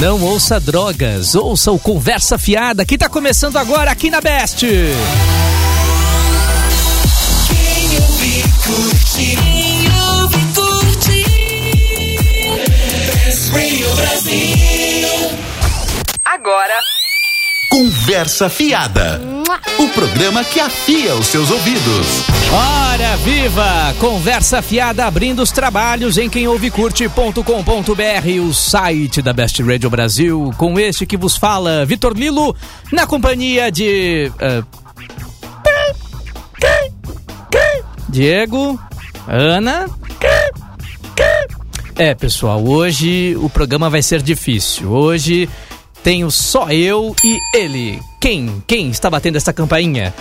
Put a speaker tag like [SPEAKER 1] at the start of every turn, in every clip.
[SPEAKER 1] Não ouça drogas, ouça o Conversa Fiada que tá começando agora aqui na Best.
[SPEAKER 2] Quem ouve, curte. Quem ouve, curte. Best Rio Brasil.
[SPEAKER 3] Agora,
[SPEAKER 4] Conversa Fiada. O programa que afia os seus ouvidos.
[SPEAKER 1] Hora viva! Conversa Fiada abrindo os trabalhos em quem ouve curte.com.br, o site da Best Radio Brasil, com este que vos fala, Vitor Lilo, na companhia de. eh, Diego, Ana. É, pessoal, hoje o programa vai ser difícil. Hoje tenho só eu e ele. Quem? Quem está batendo essa campainha?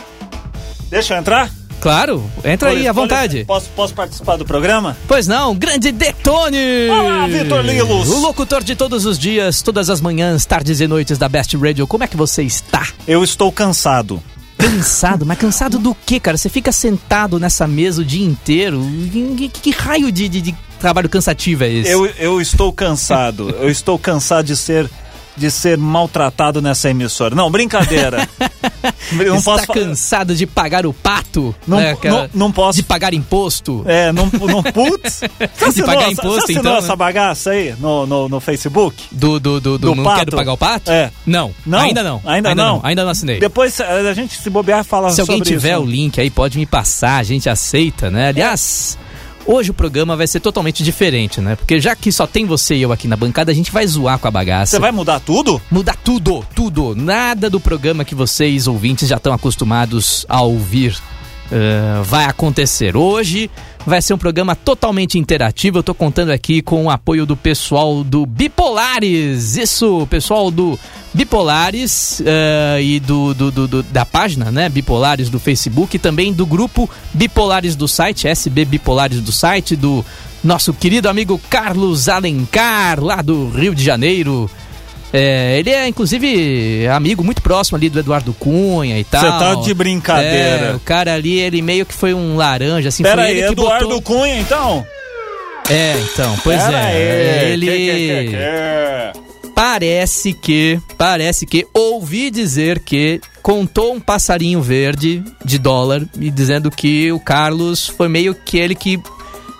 [SPEAKER 5] Deixa eu entrar?
[SPEAKER 1] Claro, entra aí à
[SPEAKER 5] Posso-
[SPEAKER 1] vontade.
[SPEAKER 5] Posso, posso participar do programa?
[SPEAKER 1] Pois não, grande Detone!
[SPEAKER 5] Olá, Vitor Lilos!
[SPEAKER 1] O locutor de todos os dias, todas as manhãs, tardes e noites da Best Radio. Como é que você está?
[SPEAKER 5] Eu estou cansado.
[SPEAKER 1] Cansado? Mas cansado do quê, cara? Você fica sentado nessa mesa o dia inteiro? Que, que- que raio de, de- de trabalho cansativo é esse?
[SPEAKER 5] Eu, eu estou cansado. eu estou cansado de ser de ser maltratado nessa emissora. Não, brincadeira. Eu não
[SPEAKER 1] Está
[SPEAKER 5] posso fa-
[SPEAKER 1] cansado de pagar o pato?
[SPEAKER 5] Não-
[SPEAKER 1] né, cara?
[SPEAKER 5] não- não posso.
[SPEAKER 1] De pagar imposto?
[SPEAKER 5] É, não, não putz. Você assinou
[SPEAKER 1] pagar
[SPEAKER 5] essa-
[SPEAKER 1] imposto,
[SPEAKER 5] você assinou
[SPEAKER 1] então, né?
[SPEAKER 5] essa bagaça aí no, no, no Facebook?
[SPEAKER 1] Do, do, do, do,
[SPEAKER 5] Do
[SPEAKER 1] não
[SPEAKER 5] pato?
[SPEAKER 1] quero pagar o pato?
[SPEAKER 5] É.
[SPEAKER 1] Não,
[SPEAKER 5] Não?
[SPEAKER 1] ainda não.
[SPEAKER 5] Ainda não?
[SPEAKER 1] Ainda não assinei.
[SPEAKER 5] Depois eh, a gente se bobear fala
[SPEAKER 1] Se alguém
[SPEAKER 5] sobre
[SPEAKER 1] tiver
[SPEAKER 5] isso.
[SPEAKER 1] o
[SPEAKER 5] né?
[SPEAKER 1] link aí, pode me passar, a gente aceita, né? Aliás, hoje o programa vai ser totalmente diferente, né? Porque já que só tem você e eu aqui na bancada, a gente vai zoar com a bagaça.
[SPEAKER 5] Você vai mudar tudo?
[SPEAKER 1] Mudar tudo, tudo. Nada do programa que vocês, ouvintes, já estão acostumados a ouvir. eh, vai acontecer hoje. Vai ser um programa totalmente interativo. Eu tô contando aqui com o apoio do pessoal do Bipolares. Isso, pessoal do Bipolares eh, e do, do- do- do- da página, né? Bipolares do Facebook e também do grupo Bipolares do site, SB Bipolares do site, do nosso querido amigo Carlos Alencar, lá do Rio de Janeiro. É, ele é, inclusive, amigo muito próximo ali do Eduardo Cunha e tal.
[SPEAKER 5] Você tá de brincadeira.
[SPEAKER 1] É, o cara ali, ele meio que foi um laranja, assim.
[SPEAKER 5] Pera
[SPEAKER 1] foi
[SPEAKER 5] aí,
[SPEAKER 1] ele que
[SPEAKER 5] Eduardo
[SPEAKER 1] botou...
[SPEAKER 5] Cunha, então?
[SPEAKER 1] É, então, pois
[SPEAKER 5] Pera
[SPEAKER 1] é.
[SPEAKER 5] aí.
[SPEAKER 1] Ele
[SPEAKER 5] Que, que, que, que.
[SPEAKER 1] parece que, parece que, ouvi dizer que contou um passarinho verde de dólar e dizendo que o Carlos foi meio que ele que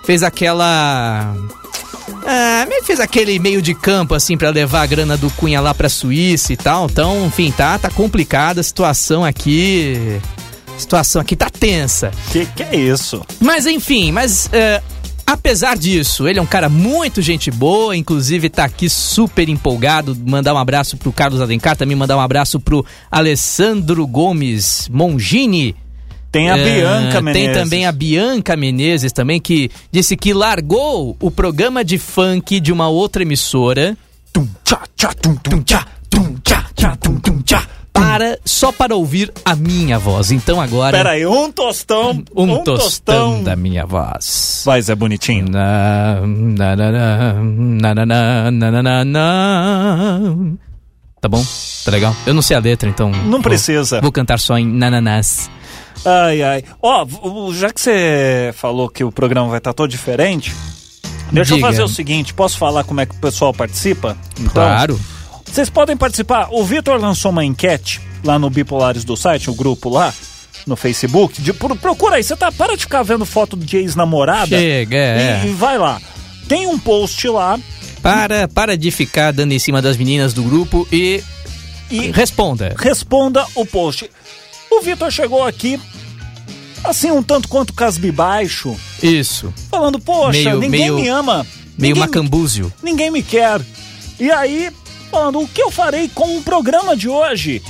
[SPEAKER 1] fez aquela... Ah, meio que fez aquele meio de campo, assim, pra levar a grana do Cunha lá pra Suíça e tal. Então, enfim, tá, tá complicada a situação aqui. A situação aqui tá tensa.
[SPEAKER 5] Que que é isso?
[SPEAKER 1] Mas enfim, mas é, apesar disso, ele é um cara muito gente boa, inclusive tá aqui super empolgado. Mandar um abraço pro Carlos Alencar, também mandar um abraço pro Alessandro Gomes Mongini.
[SPEAKER 5] Tem a
[SPEAKER 1] É,
[SPEAKER 5] Bianca Menezes.
[SPEAKER 1] Tem também a Bianca Menezes também, que disse que largou o programa de funk de uma outra emissora para só para ouvir a minha voz. Então agora
[SPEAKER 5] Pera aí, um tostão.
[SPEAKER 1] um, tostão, da minha voz.
[SPEAKER 5] Vai, Zé Bonitinho.
[SPEAKER 1] Na, na, na, na, na, na, na, na, na, na. Tá bom? Tá legal? Eu não sei a letra, então.
[SPEAKER 5] Não
[SPEAKER 1] vou-
[SPEAKER 5] precisa.
[SPEAKER 1] Vou cantar só em nananás.
[SPEAKER 5] Ai, ai. Ó, v- v- já que você falou que o programa vai estar todo diferente, deixa
[SPEAKER 1] Diga.
[SPEAKER 5] eu fazer o seguinte, posso falar como é que o pessoal participa? Então,
[SPEAKER 1] Claro.
[SPEAKER 5] Vocês podem participar. O Vitor lançou uma enquete lá no Bipolares do site, o grupo lá, no Facebook. De, pro- procura aí, você tá, para de ficar vendo foto de ex-namorada
[SPEAKER 1] Chega, é.
[SPEAKER 5] e, e vai lá. Tem um post lá
[SPEAKER 1] Para, para de ficar dando em cima das meninas do grupo e
[SPEAKER 5] e
[SPEAKER 1] responda.
[SPEAKER 5] responda o post. O Vitor chegou aqui, assim, um tanto quanto casbibaixo,
[SPEAKER 1] Isso.
[SPEAKER 5] falando, poxa,
[SPEAKER 1] Meio-
[SPEAKER 5] ninguém
[SPEAKER 1] meio-
[SPEAKER 5] me ama.
[SPEAKER 1] Meio
[SPEAKER 5] ninguém,
[SPEAKER 1] macambúzio.
[SPEAKER 5] Ninguém me quer. E aí, falando, o que eu farei com o programa de hoje?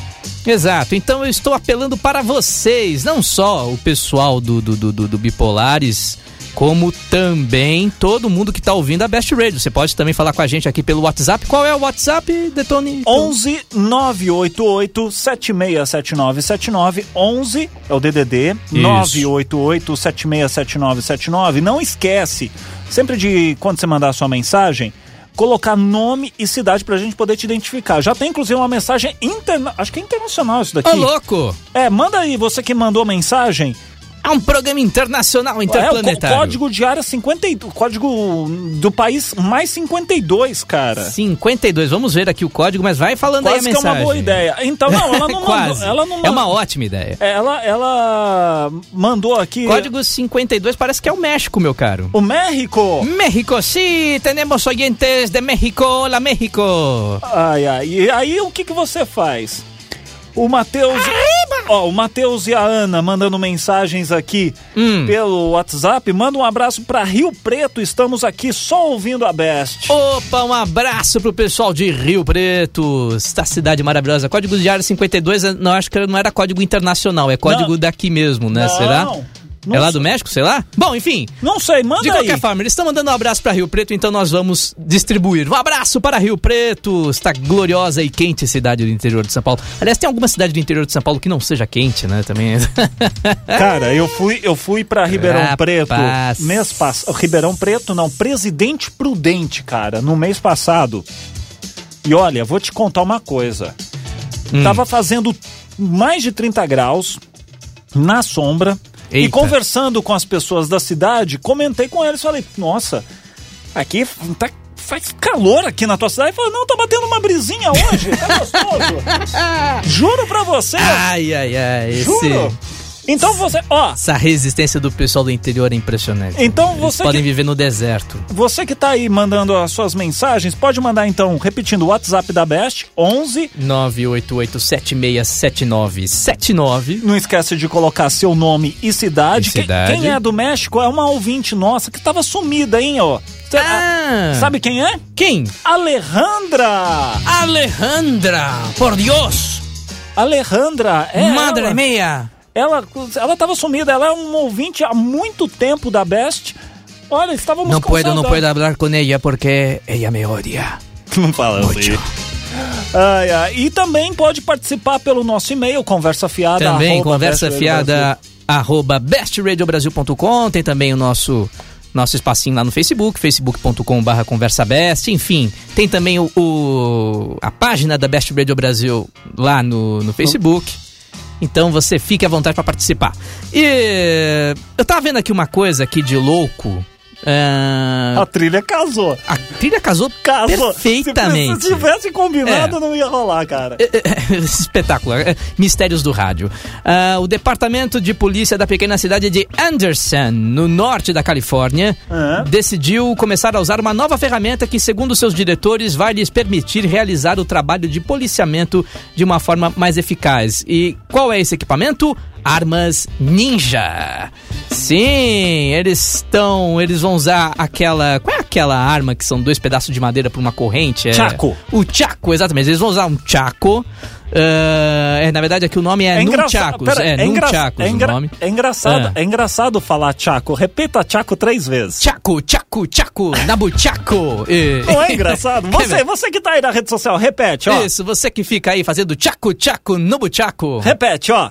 [SPEAKER 1] Exato, então eu estou apelando para vocês, não só o pessoal do, do, do, do- do Bipolares, como também todo mundo que está ouvindo a Best Radio. Você pode também falar com a gente aqui pelo WhatsApp. Qual é o WhatsApp, Detone?
[SPEAKER 5] 11 988 767979 11 é o DDD
[SPEAKER 1] Isso.
[SPEAKER 5] 988 767979 não esquece sempre de quando você mandar a sua mensagem colocar nome e cidade pra gente poder te identificar já tem inclusive uma mensagem interna acho que é internacional isso daqui
[SPEAKER 1] Ô, louco!
[SPEAKER 5] é manda aí você que mandou mensagem
[SPEAKER 1] É um programa internacional, interplanetário.
[SPEAKER 5] É, o código de área 52, código do país mais 52, cara.
[SPEAKER 1] 52, vamos ver aqui o código, mas vai falando aí a
[SPEAKER 5] Quase que é
[SPEAKER 1] mensagem.
[SPEAKER 5] uma boa ideia. Então, não, ela não
[SPEAKER 1] Quase.
[SPEAKER 5] mandou, ela não
[SPEAKER 1] É uma
[SPEAKER 5] mandou-
[SPEAKER 1] ótima ideia.
[SPEAKER 5] ela, ela mandou aqui
[SPEAKER 1] Código 52 parece que é o México, meu caro.
[SPEAKER 5] o México.
[SPEAKER 1] México, sim, temos oyentes de México, hola México.
[SPEAKER 5] Ai, ai. E aí o que, que você faz? O Matheus. Ó, o Matheus e a Ana mandando mensagens aqui
[SPEAKER 1] Hum.
[SPEAKER 5] pelo WhatsApp. Manda um abraço pra Rio Preto. Estamos aqui só ouvindo a Best.
[SPEAKER 1] Opa, um abraço pro pessoal de Rio Preto, esta cidade maravilhosa. Código de área 52, eh, não acho que não era código internacional, é código
[SPEAKER 5] Não.
[SPEAKER 1] daqui mesmo, né?
[SPEAKER 5] Não,
[SPEAKER 1] Será?
[SPEAKER 5] não
[SPEAKER 1] é lá
[SPEAKER 5] sei.
[SPEAKER 1] do México, sei lá? Bom, enfim.
[SPEAKER 5] Não sei, manda
[SPEAKER 1] De
[SPEAKER 5] aí.
[SPEAKER 1] qualquer forma, eles estão mandando um abraço para Rio Preto, então nós vamos distribuir. Um abraço para Rio Preto, esta gloriosa e quente cidade do interior de São Paulo. Aliás, tem alguma cidade do interior de São Paulo que não seja quente, né? Também.
[SPEAKER 5] Cara, eu fui, eu fui para Ribeirão
[SPEAKER 1] Rapaz.
[SPEAKER 5] Preto mês passado. Ribeirão Preto não, Presidente Prudente, cara, no mês passado. E olha, vou te contar uma coisa.
[SPEAKER 1] Hum.
[SPEAKER 5] Tava fazendo mais de 30 graus na sombra e
[SPEAKER 1] Eita.
[SPEAKER 5] conversando com as pessoas da cidade, comentei com eles, falei: "Nossa, aqui tá Faz calor aqui na tua cidade. Ele falou, não, tá batendo uma brisinha hoje, tá gostoso. Juro pra você.
[SPEAKER 1] ai, ai, ai. esse-
[SPEAKER 5] Juro. Então você, ó,
[SPEAKER 1] essa resistência do pessoal do interior é impressionante.
[SPEAKER 5] Então
[SPEAKER 1] Eles
[SPEAKER 5] você
[SPEAKER 1] podem
[SPEAKER 5] que-
[SPEAKER 1] viver no deserto.
[SPEAKER 5] você que tá aí mandando as suas mensagens, pode mandar então, repetindo o WhatsApp da Best, 11.
[SPEAKER 1] 988767979.
[SPEAKER 5] Não esquece de colocar seu nome e cidade.
[SPEAKER 1] E
[SPEAKER 5] Quem-
[SPEAKER 1] cidade.
[SPEAKER 5] Quem, é do México é uma ouvinte nossa que tava sumida, hein, ó. Cê-
[SPEAKER 1] Ah!
[SPEAKER 5] a- Sabe quem é?
[SPEAKER 1] Quem?
[SPEAKER 5] Alejandra!
[SPEAKER 1] Alejandra! Por Deus!
[SPEAKER 5] Alejandra é
[SPEAKER 1] Madre
[SPEAKER 5] ela.
[SPEAKER 1] meia!
[SPEAKER 5] ela. Ela tava sumida, ela é um ouvinte há muito tempo da Best. Olha, estávamos
[SPEAKER 1] Não
[SPEAKER 5] com
[SPEAKER 1] puedo, não
[SPEAKER 5] saudade.
[SPEAKER 1] puedo hablar con ella porque ella me odia.
[SPEAKER 5] Não fala assim. Ai, ai. E também pode participar pelo nosso e-mail, conversafiada.
[SPEAKER 1] Também,
[SPEAKER 5] arroba
[SPEAKER 1] conversa
[SPEAKER 5] bestradiobrasil.
[SPEAKER 1] fiada, arroba bestradiobrasil.com, tem também o nosso nosso espacinho lá no Facebook, facebook.com barra conversabest, enfim, tem também o, o- a página da Best Radio Brasil lá no, no Facebook, então você fique à vontade para participar. E eu tava vendo aqui uma coisa aqui de louco, ah,
[SPEAKER 5] A trilha casou.
[SPEAKER 1] a trilha casou,
[SPEAKER 5] Casou.
[SPEAKER 1] perfeitamente.
[SPEAKER 5] Se, se tivesse combinado,
[SPEAKER 1] É.
[SPEAKER 5] não ia rolar, cara.
[SPEAKER 1] Espetacular. É, Mistérios do rádio. Ah, o departamento de polícia da pequena cidade de Anderson, no norte da Califórnia,
[SPEAKER 5] Aham.
[SPEAKER 1] decidiu começar a usar uma nova ferramenta que, segundo seus diretores, vai lhes permitir realizar o trabalho de policiamento de uma forma mais eficaz. E qual é esse equipamento? Armas Ninja. Sim, eles estão. Eles vão usar aquela. Qual é aquela arma que são dois pedaços de madeira por uma corrente? É-
[SPEAKER 5] Chaco.
[SPEAKER 1] o Chaco, exatamente. Eles vão usar um Chaco. Ah, é, na verdade, aqui o nome é, Nunchakus.
[SPEAKER 5] pera,
[SPEAKER 1] é,
[SPEAKER 5] engra-
[SPEAKER 1] Nunchakus
[SPEAKER 5] é engra-
[SPEAKER 1] o nome.
[SPEAKER 5] é engraçado.
[SPEAKER 1] Ah.
[SPEAKER 5] É engraçado falar Chaco. Repita Chaco três vezes.
[SPEAKER 1] Chaco, Chaco, Chaco, Nabuchaco. E-
[SPEAKER 5] Não é engraçado? Você, você que tá aí na rede social, repete, ó.
[SPEAKER 1] Isso, você que fica aí fazendo Chaco, Chaco, Nabuchaco.
[SPEAKER 5] Repete, ó.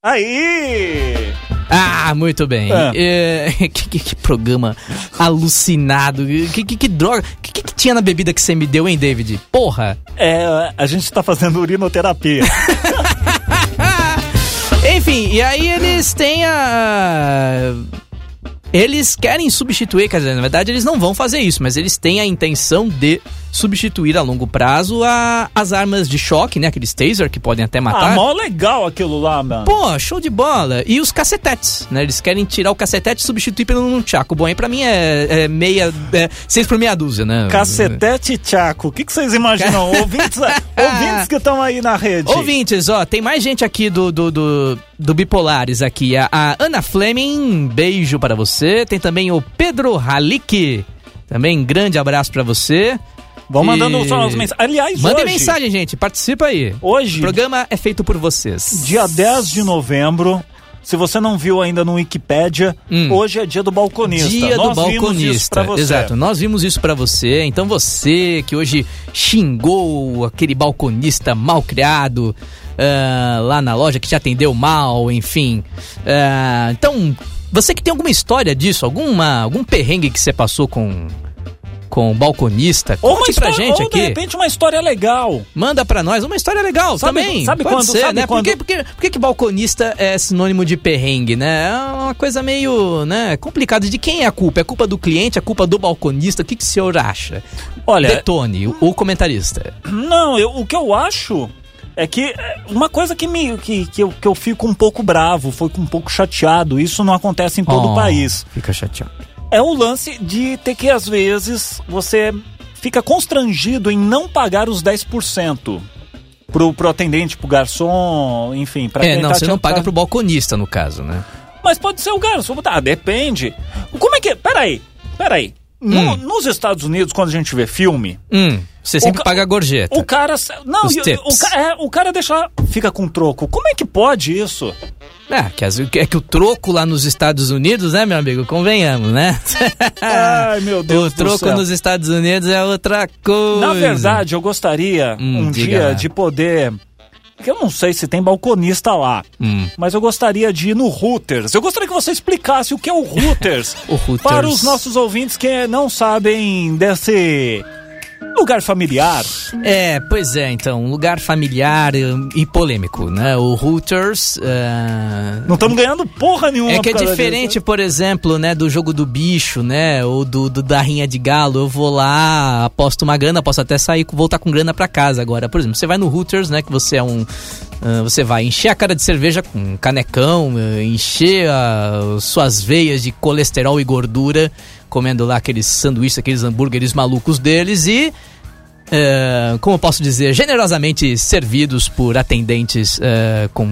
[SPEAKER 5] Aí!
[SPEAKER 1] Ah, muito bem.
[SPEAKER 5] Ah.
[SPEAKER 1] É, que, que- que programa alucinado. Que, que- que droga. O que, que- que tinha na bebida que você me deu, hein, David? Porra.
[SPEAKER 5] É, a gente tá fazendo urinoterapia.
[SPEAKER 1] Enfim, e aí eles têm a. Eles querem substituir, quer dizer, na verdade eles não vão fazer isso, mas eles têm a intenção de substituir a longo prazo a- as armas de choque, né? Aqueles taser que podem até
[SPEAKER 5] Ah,
[SPEAKER 1] matar.
[SPEAKER 5] mó legal aquilo lá, mano.
[SPEAKER 1] Pô, show de bola. E os cacetetes, né? Eles querem tirar o cacetete e substituir pelo nunchaku. Bom, aí pra mim é, é meia. É seis por meia dúzia, né?
[SPEAKER 5] Cacetete e Tchaco. O que, que vocês imaginam? ouvintes, é, ouvintes que estão aí na rede.
[SPEAKER 1] Ouvintes, ó, tem mais gente aqui do, do, do, do Bipolares aqui. A, a Ana Fleming, beijo para você. Tem também o Pedro Halik, também grande abraço para você.
[SPEAKER 5] Vão mandando
[SPEAKER 1] E-
[SPEAKER 5] só as mensagens. Aliás,
[SPEAKER 1] Mandem
[SPEAKER 5] hoje,
[SPEAKER 1] mensagem, gente, participa aí. O
[SPEAKER 5] hoje
[SPEAKER 1] programa é feito por vocês.
[SPEAKER 5] dia 10 de novembro, se você não viu ainda no Wikipédia,
[SPEAKER 1] Hum.
[SPEAKER 5] hoje é dia do balconista.
[SPEAKER 1] Dia
[SPEAKER 5] Nós
[SPEAKER 1] do
[SPEAKER 5] vimos isso
[SPEAKER 1] balconista.
[SPEAKER 5] pra você.
[SPEAKER 1] Exato. Nós vimos isso pra você. Então você que hoje xingou aquele balconista mal criado ah, lá na loja que te atendeu mal, enfim. Ah, então você que tem alguma história disso, alguma algum perrengue que você passou com com o balconista.
[SPEAKER 5] Ou
[SPEAKER 1] Conte pra
[SPEAKER 5] história-
[SPEAKER 1] gente
[SPEAKER 5] ou,
[SPEAKER 1] aqui.
[SPEAKER 5] de repente uma história legal.
[SPEAKER 1] Manda pra nós uma história legal
[SPEAKER 5] Sabe-
[SPEAKER 1] também.
[SPEAKER 5] sabe
[SPEAKER 1] Pode
[SPEAKER 5] quando-
[SPEAKER 1] ser,
[SPEAKER 5] sabe
[SPEAKER 1] né?
[SPEAKER 5] quando-
[SPEAKER 1] Por, que, por que- por que que balconista é sinônimo de perrengue, né? É uma coisa meio, né, complicada. De quem é a culpa? É culpa do cliente? É culpa do balconista? O que, que o senhor acha?
[SPEAKER 5] Olha,
[SPEAKER 1] Detone, o, o comentarista.
[SPEAKER 5] Não, eu- o que eu acho é que é, uma coisa que, me, que, que, eu, que eu fico um pouco bravo, foi um pouco chateado, isso não acontece em todo
[SPEAKER 1] Oh,
[SPEAKER 5] o país.
[SPEAKER 1] Fica chateado.
[SPEAKER 5] É o lance de ter que, às vezes, você fica constrangido em não pagar os 10%. Pro, pro atendente, pro garçom, enfim, pra
[SPEAKER 1] é,
[SPEAKER 5] quem
[SPEAKER 1] não,
[SPEAKER 5] tá
[SPEAKER 1] você
[SPEAKER 5] te-
[SPEAKER 1] não paga
[SPEAKER 5] tá-
[SPEAKER 1] pro balconista, no caso, né?
[SPEAKER 5] Mas pode ser o garçom. Tá, depende. Como é que. Peraí, peraí. No-
[SPEAKER 1] Hum.
[SPEAKER 5] Nos Estados Unidos, quando a gente vê filme,
[SPEAKER 1] Hum, você sempre
[SPEAKER 5] ca-
[SPEAKER 1] paga a gorjeta.
[SPEAKER 5] O cara. Não,
[SPEAKER 1] É Os
[SPEAKER 5] e o-
[SPEAKER 1] tips.
[SPEAKER 5] o, ca- é, o cara deixa. Fica com troco. Como é que pode isso?
[SPEAKER 1] É, que, as- é que o troco lá nos Estados Unidos, né, meu amigo? Convenhamos, né?
[SPEAKER 5] Ai, meu Deus
[SPEAKER 1] o
[SPEAKER 5] do
[SPEAKER 1] troco
[SPEAKER 5] céu.
[SPEAKER 1] nos Estados Unidos é outra coisa.
[SPEAKER 5] Na verdade, eu gostaria
[SPEAKER 1] é. Hum,
[SPEAKER 5] um
[SPEAKER 1] diga lá.
[SPEAKER 5] dia de poder. porque Eu não sei se tem balconista lá,
[SPEAKER 1] Hum.
[SPEAKER 5] mas eu gostaria de ir no Hooters. Eu gostaria que você explicasse o que é o Hooters,
[SPEAKER 1] O Hooters.
[SPEAKER 5] para os nossos ouvintes que não sabem desse lugar familiar.
[SPEAKER 1] É, pois é, então, um lugar familiar eh, e polêmico, né? O Hooters. eh,
[SPEAKER 5] Não estamos ganhando porra nenhuma.
[SPEAKER 1] É que é
[SPEAKER 5] por causa
[SPEAKER 1] diferente,
[SPEAKER 5] disso.
[SPEAKER 1] por exemplo, né, do jogo do bicho, né, ou do, do- da rinha de galo. Eu vou lá, aposto uma grana, posso até sair, voltar com grana pra casa agora. Por exemplo, você vai no Hooters, né, que você é um, ah, você vai encher a cara de cerveja com um canecão, eh, encher as suas veias de colesterol e gordura, comendo lá aqueles sanduíches, aqueles hambúrgueres malucos deles e é, como eu posso dizer, generosamente servidos por atendentes é, com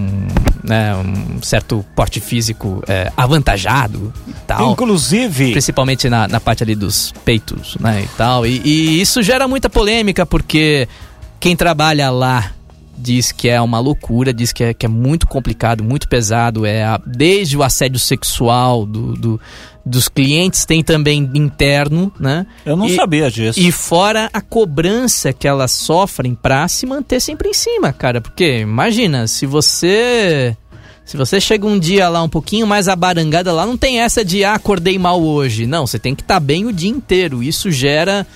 [SPEAKER 1] né, um certo porte físico é, avantajado e tal.
[SPEAKER 5] Inclusive.
[SPEAKER 1] Principalmente na, na parte ali dos peitos, né, e tal. E, e isso gera muita polêmica, porque quem trabalha lá diz que é uma loucura, diz que é, que é muito complicado, muito pesado, é a- desde o assédio sexual do- do- dos clientes, tem também interno, né?
[SPEAKER 5] Eu não
[SPEAKER 1] E-
[SPEAKER 5] sabia disso.
[SPEAKER 1] E fora a cobrança que elas sofrem pra se manter sempre em cima, cara. Porque imagina, se você. Se você chega um dia lá um pouquinho mais abarangada lá, não tem essa de ah, acordei mal hoje. Não, você tem que estar bem o dia inteiro. Isso gera.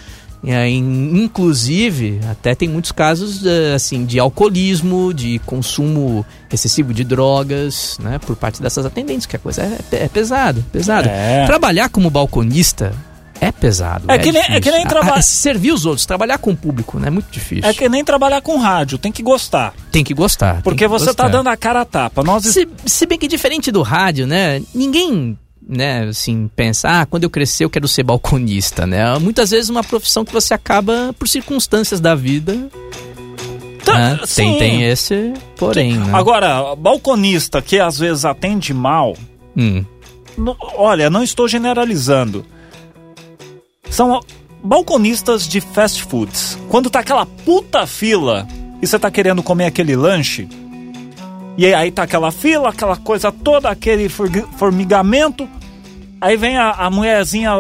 [SPEAKER 1] é, in- inclusive, até tem muitos casos eh, assim de alcoolismo, de consumo excessivo de drogas, né? Por parte dessas atendentes, que a coisa é, é pesado, pesado.
[SPEAKER 5] É.
[SPEAKER 1] Trabalhar como balconista é pesado.
[SPEAKER 5] É que nem- é
[SPEAKER 1] difícil.
[SPEAKER 5] que nem
[SPEAKER 1] Ah,
[SPEAKER 5] traba-
[SPEAKER 1] ah, servir os outros, trabalhar com o público, né? É muito difícil.
[SPEAKER 5] É que nem trabalhar com rádio, tem que gostar.
[SPEAKER 1] Tem que gostar. tem
[SPEAKER 5] Porque
[SPEAKER 1] que
[SPEAKER 5] você
[SPEAKER 1] gostar.
[SPEAKER 5] tá dando a cara a tapa. Nós
[SPEAKER 1] Se, se bem que diferente do rádio, né? Ninguém, né, assim, pensa, ah, quando eu crescer eu quero ser balconista, né? Muitas vezes uma profissão que você acaba por circunstâncias da vida.
[SPEAKER 5] Tá,
[SPEAKER 1] né? Tem,
[SPEAKER 5] sim.
[SPEAKER 1] tem esse, porém, né?
[SPEAKER 5] Agora, balconista que às vezes atende mal,
[SPEAKER 1] Hum.
[SPEAKER 5] no- olha, não estou generalizando. São balconistas de fast foods. Quando tá aquela puta fila e você tá querendo comer aquele lanche, e aí tá aquela fila, aquela coisa toda, aquele forg- formigamento, aí vem a, a mulherzinha,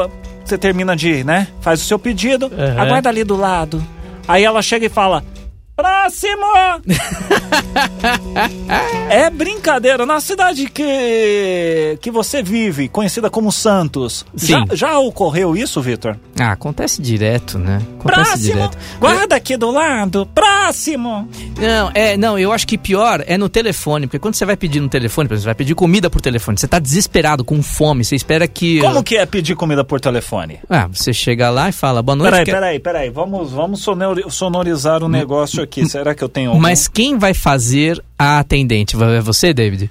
[SPEAKER 5] você termina de, né? Faz o seu pedido,
[SPEAKER 1] Uhum.
[SPEAKER 5] aguarda ali do lado. Aí ela chega e fala: Próximo! É brincadeira. Na cidade que, que você vive, conhecida como Santos,
[SPEAKER 1] Sim.
[SPEAKER 5] Já, já ocorreu isso, Vitor?
[SPEAKER 1] Ah, acontece direto, né? Acontece
[SPEAKER 5] Próximo!
[SPEAKER 1] direto.
[SPEAKER 5] Guarda aqui do lado! Próximo!
[SPEAKER 1] Não, é, não, eu acho que pior é no telefone, porque quando você vai pedir no telefone, por exemplo, você vai pedir comida por telefone, você tá desesperado, com fome, você espera que.
[SPEAKER 5] Como que é pedir comida por telefone?
[SPEAKER 1] Ah, você chega lá e fala, boa noite.
[SPEAKER 5] Peraí,
[SPEAKER 1] que- é- Hum.
[SPEAKER 5] peraí, peraí. Vamos, vamos sonori- sonorizar o negócio aqui. Será que eu tenho algum?
[SPEAKER 1] Mas quem vai fazer a atendente? Vai- É você, David?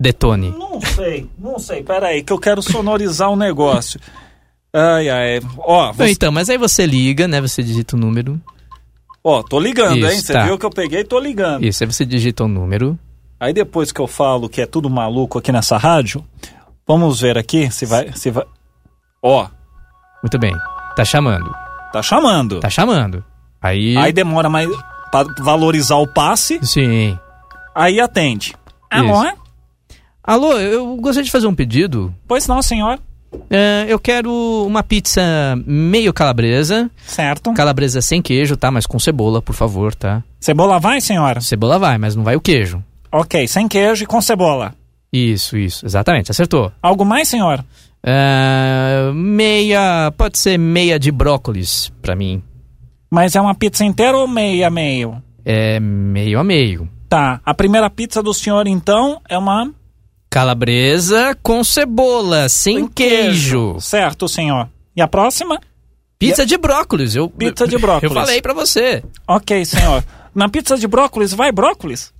[SPEAKER 1] Detone.
[SPEAKER 5] Não sei, não sei. Peraí, que eu quero sonorizar o negócio. Ai, ai. Ó,
[SPEAKER 1] Não,
[SPEAKER 5] você-
[SPEAKER 1] então, mas aí você liga, né? Você digita o número.
[SPEAKER 5] ó tô ligando, hein?
[SPEAKER 1] Isso,
[SPEAKER 5] Você
[SPEAKER 1] tá.
[SPEAKER 5] viu que eu peguei? Tô ligando.
[SPEAKER 1] Isso, aí você digita o número.
[SPEAKER 5] Aí depois que eu falo que é tudo maluco aqui nessa rádio, vamos ver aqui se vai. Se vai... Ó,
[SPEAKER 1] Muito bem. Tá chamando.
[SPEAKER 5] tá chamando.
[SPEAKER 1] Tá chamando. Aí.
[SPEAKER 5] Aí demora mais pra valorizar o passe,
[SPEAKER 1] Sim.
[SPEAKER 5] aí atende. É Alô?
[SPEAKER 1] Alô, eu gostaria de fazer um pedido.
[SPEAKER 5] Pois não, senhor.
[SPEAKER 1] É, eu quero uma pizza meio calabresa.
[SPEAKER 5] Certo.
[SPEAKER 1] Calabresa sem queijo, tá? Mas com cebola, por favor, tá?
[SPEAKER 5] Cebola vai, senhora?
[SPEAKER 1] Cebola vai, mas não vai o queijo.
[SPEAKER 5] Ok, sem queijo e com cebola.
[SPEAKER 1] Isso, isso, exatamente, acertou.
[SPEAKER 5] Algo mais, senhor?
[SPEAKER 1] Ah, meia. Pode ser meia de brócolis pra mim.
[SPEAKER 5] Mas é uma pizza inteira ou meia, meio?
[SPEAKER 1] É meio a meio.
[SPEAKER 5] Tá. A primeira pizza do senhor, então, é uma.
[SPEAKER 1] Calabresa com cebola, sem queijo.
[SPEAKER 5] Certo, senhor. E a próxima?
[SPEAKER 1] Pizza de brócolis. Eu,
[SPEAKER 5] Pizza de
[SPEAKER 1] Eu
[SPEAKER 5] brócolis.
[SPEAKER 1] falei pra você.
[SPEAKER 5] Ok, senhor. Na pizza de brócolis, vai brócolis?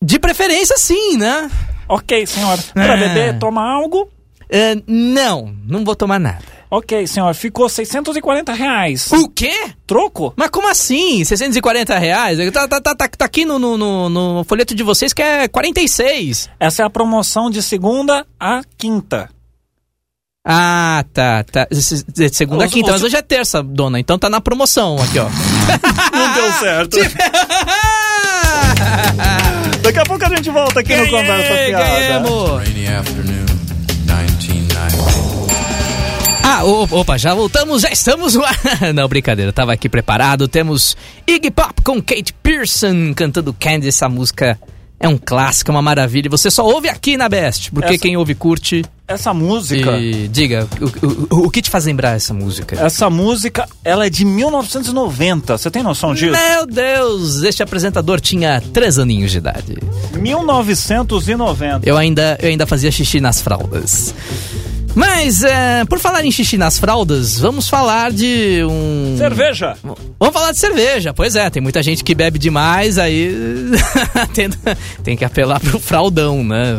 [SPEAKER 1] De preferência, sim, né?
[SPEAKER 5] Ok, senhor. Pra
[SPEAKER 1] Ah.
[SPEAKER 5] beber, toma algo?
[SPEAKER 1] Ah, não, não vou tomar nada.
[SPEAKER 5] Ok, senhor. Ficou 640 reais.
[SPEAKER 1] O quê?
[SPEAKER 5] Troco?
[SPEAKER 1] Mas como assim? 640 reais? Tá, tá, tá, tá, tá aqui no, no, no, no folheto de vocês que é 46.
[SPEAKER 5] Essa é a promoção de segunda a quinta.
[SPEAKER 1] Ah, tá, tá. Esse- de Segunda a
[SPEAKER 5] Os-
[SPEAKER 1] quinta,
[SPEAKER 5] os-
[SPEAKER 1] mas hoje é terça, dona. Então tá na promoção aqui, ó.
[SPEAKER 5] Não
[SPEAKER 1] Tá
[SPEAKER 5] deu certo. Daqui a pouco a gente volta aqui no Conversa
[SPEAKER 1] Ganhei,
[SPEAKER 5] Fiada.
[SPEAKER 1] ganhamos.
[SPEAKER 6] Rainy afternoon, 1990.
[SPEAKER 1] Ah, o- opa, já voltamos, já estamos no ar. Não, brincadeira, eu tava aqui preparado. Temos Iggy Pop com Kate Pearson cantando Candy. Essa música é um clássico, é uma maravilha. E Você só ouve aqui na Best, porque
[SPEAKER 5] Essa-
[SPEAKER 1] quem ouve curte.
[SPEAKER 5] Essa música,
[SPEAKER 1] E diga, o, o- o que te faz lembrar essa música?
[SPEAKER 5] essa música, ela é de 1990. Você tem noção disso?
[SPEAKER 1] Meu Deus, este apresentador tinha três aninhos de idade.
[SPEAKER 5] 1990.
[SPEAKER 1] Eu ainda, eu ainda fazia xixi nas fraldas. Mas, é, por falar em xixi nas fraldas, vamos falar de um.
[SPEAKER 5] Cerveja.
[SPEAKER 1] Vamos falar de cerveja. Pois é, tem muita gente que bebe demais, aí tenta- tem que apelar pro fraldão, né?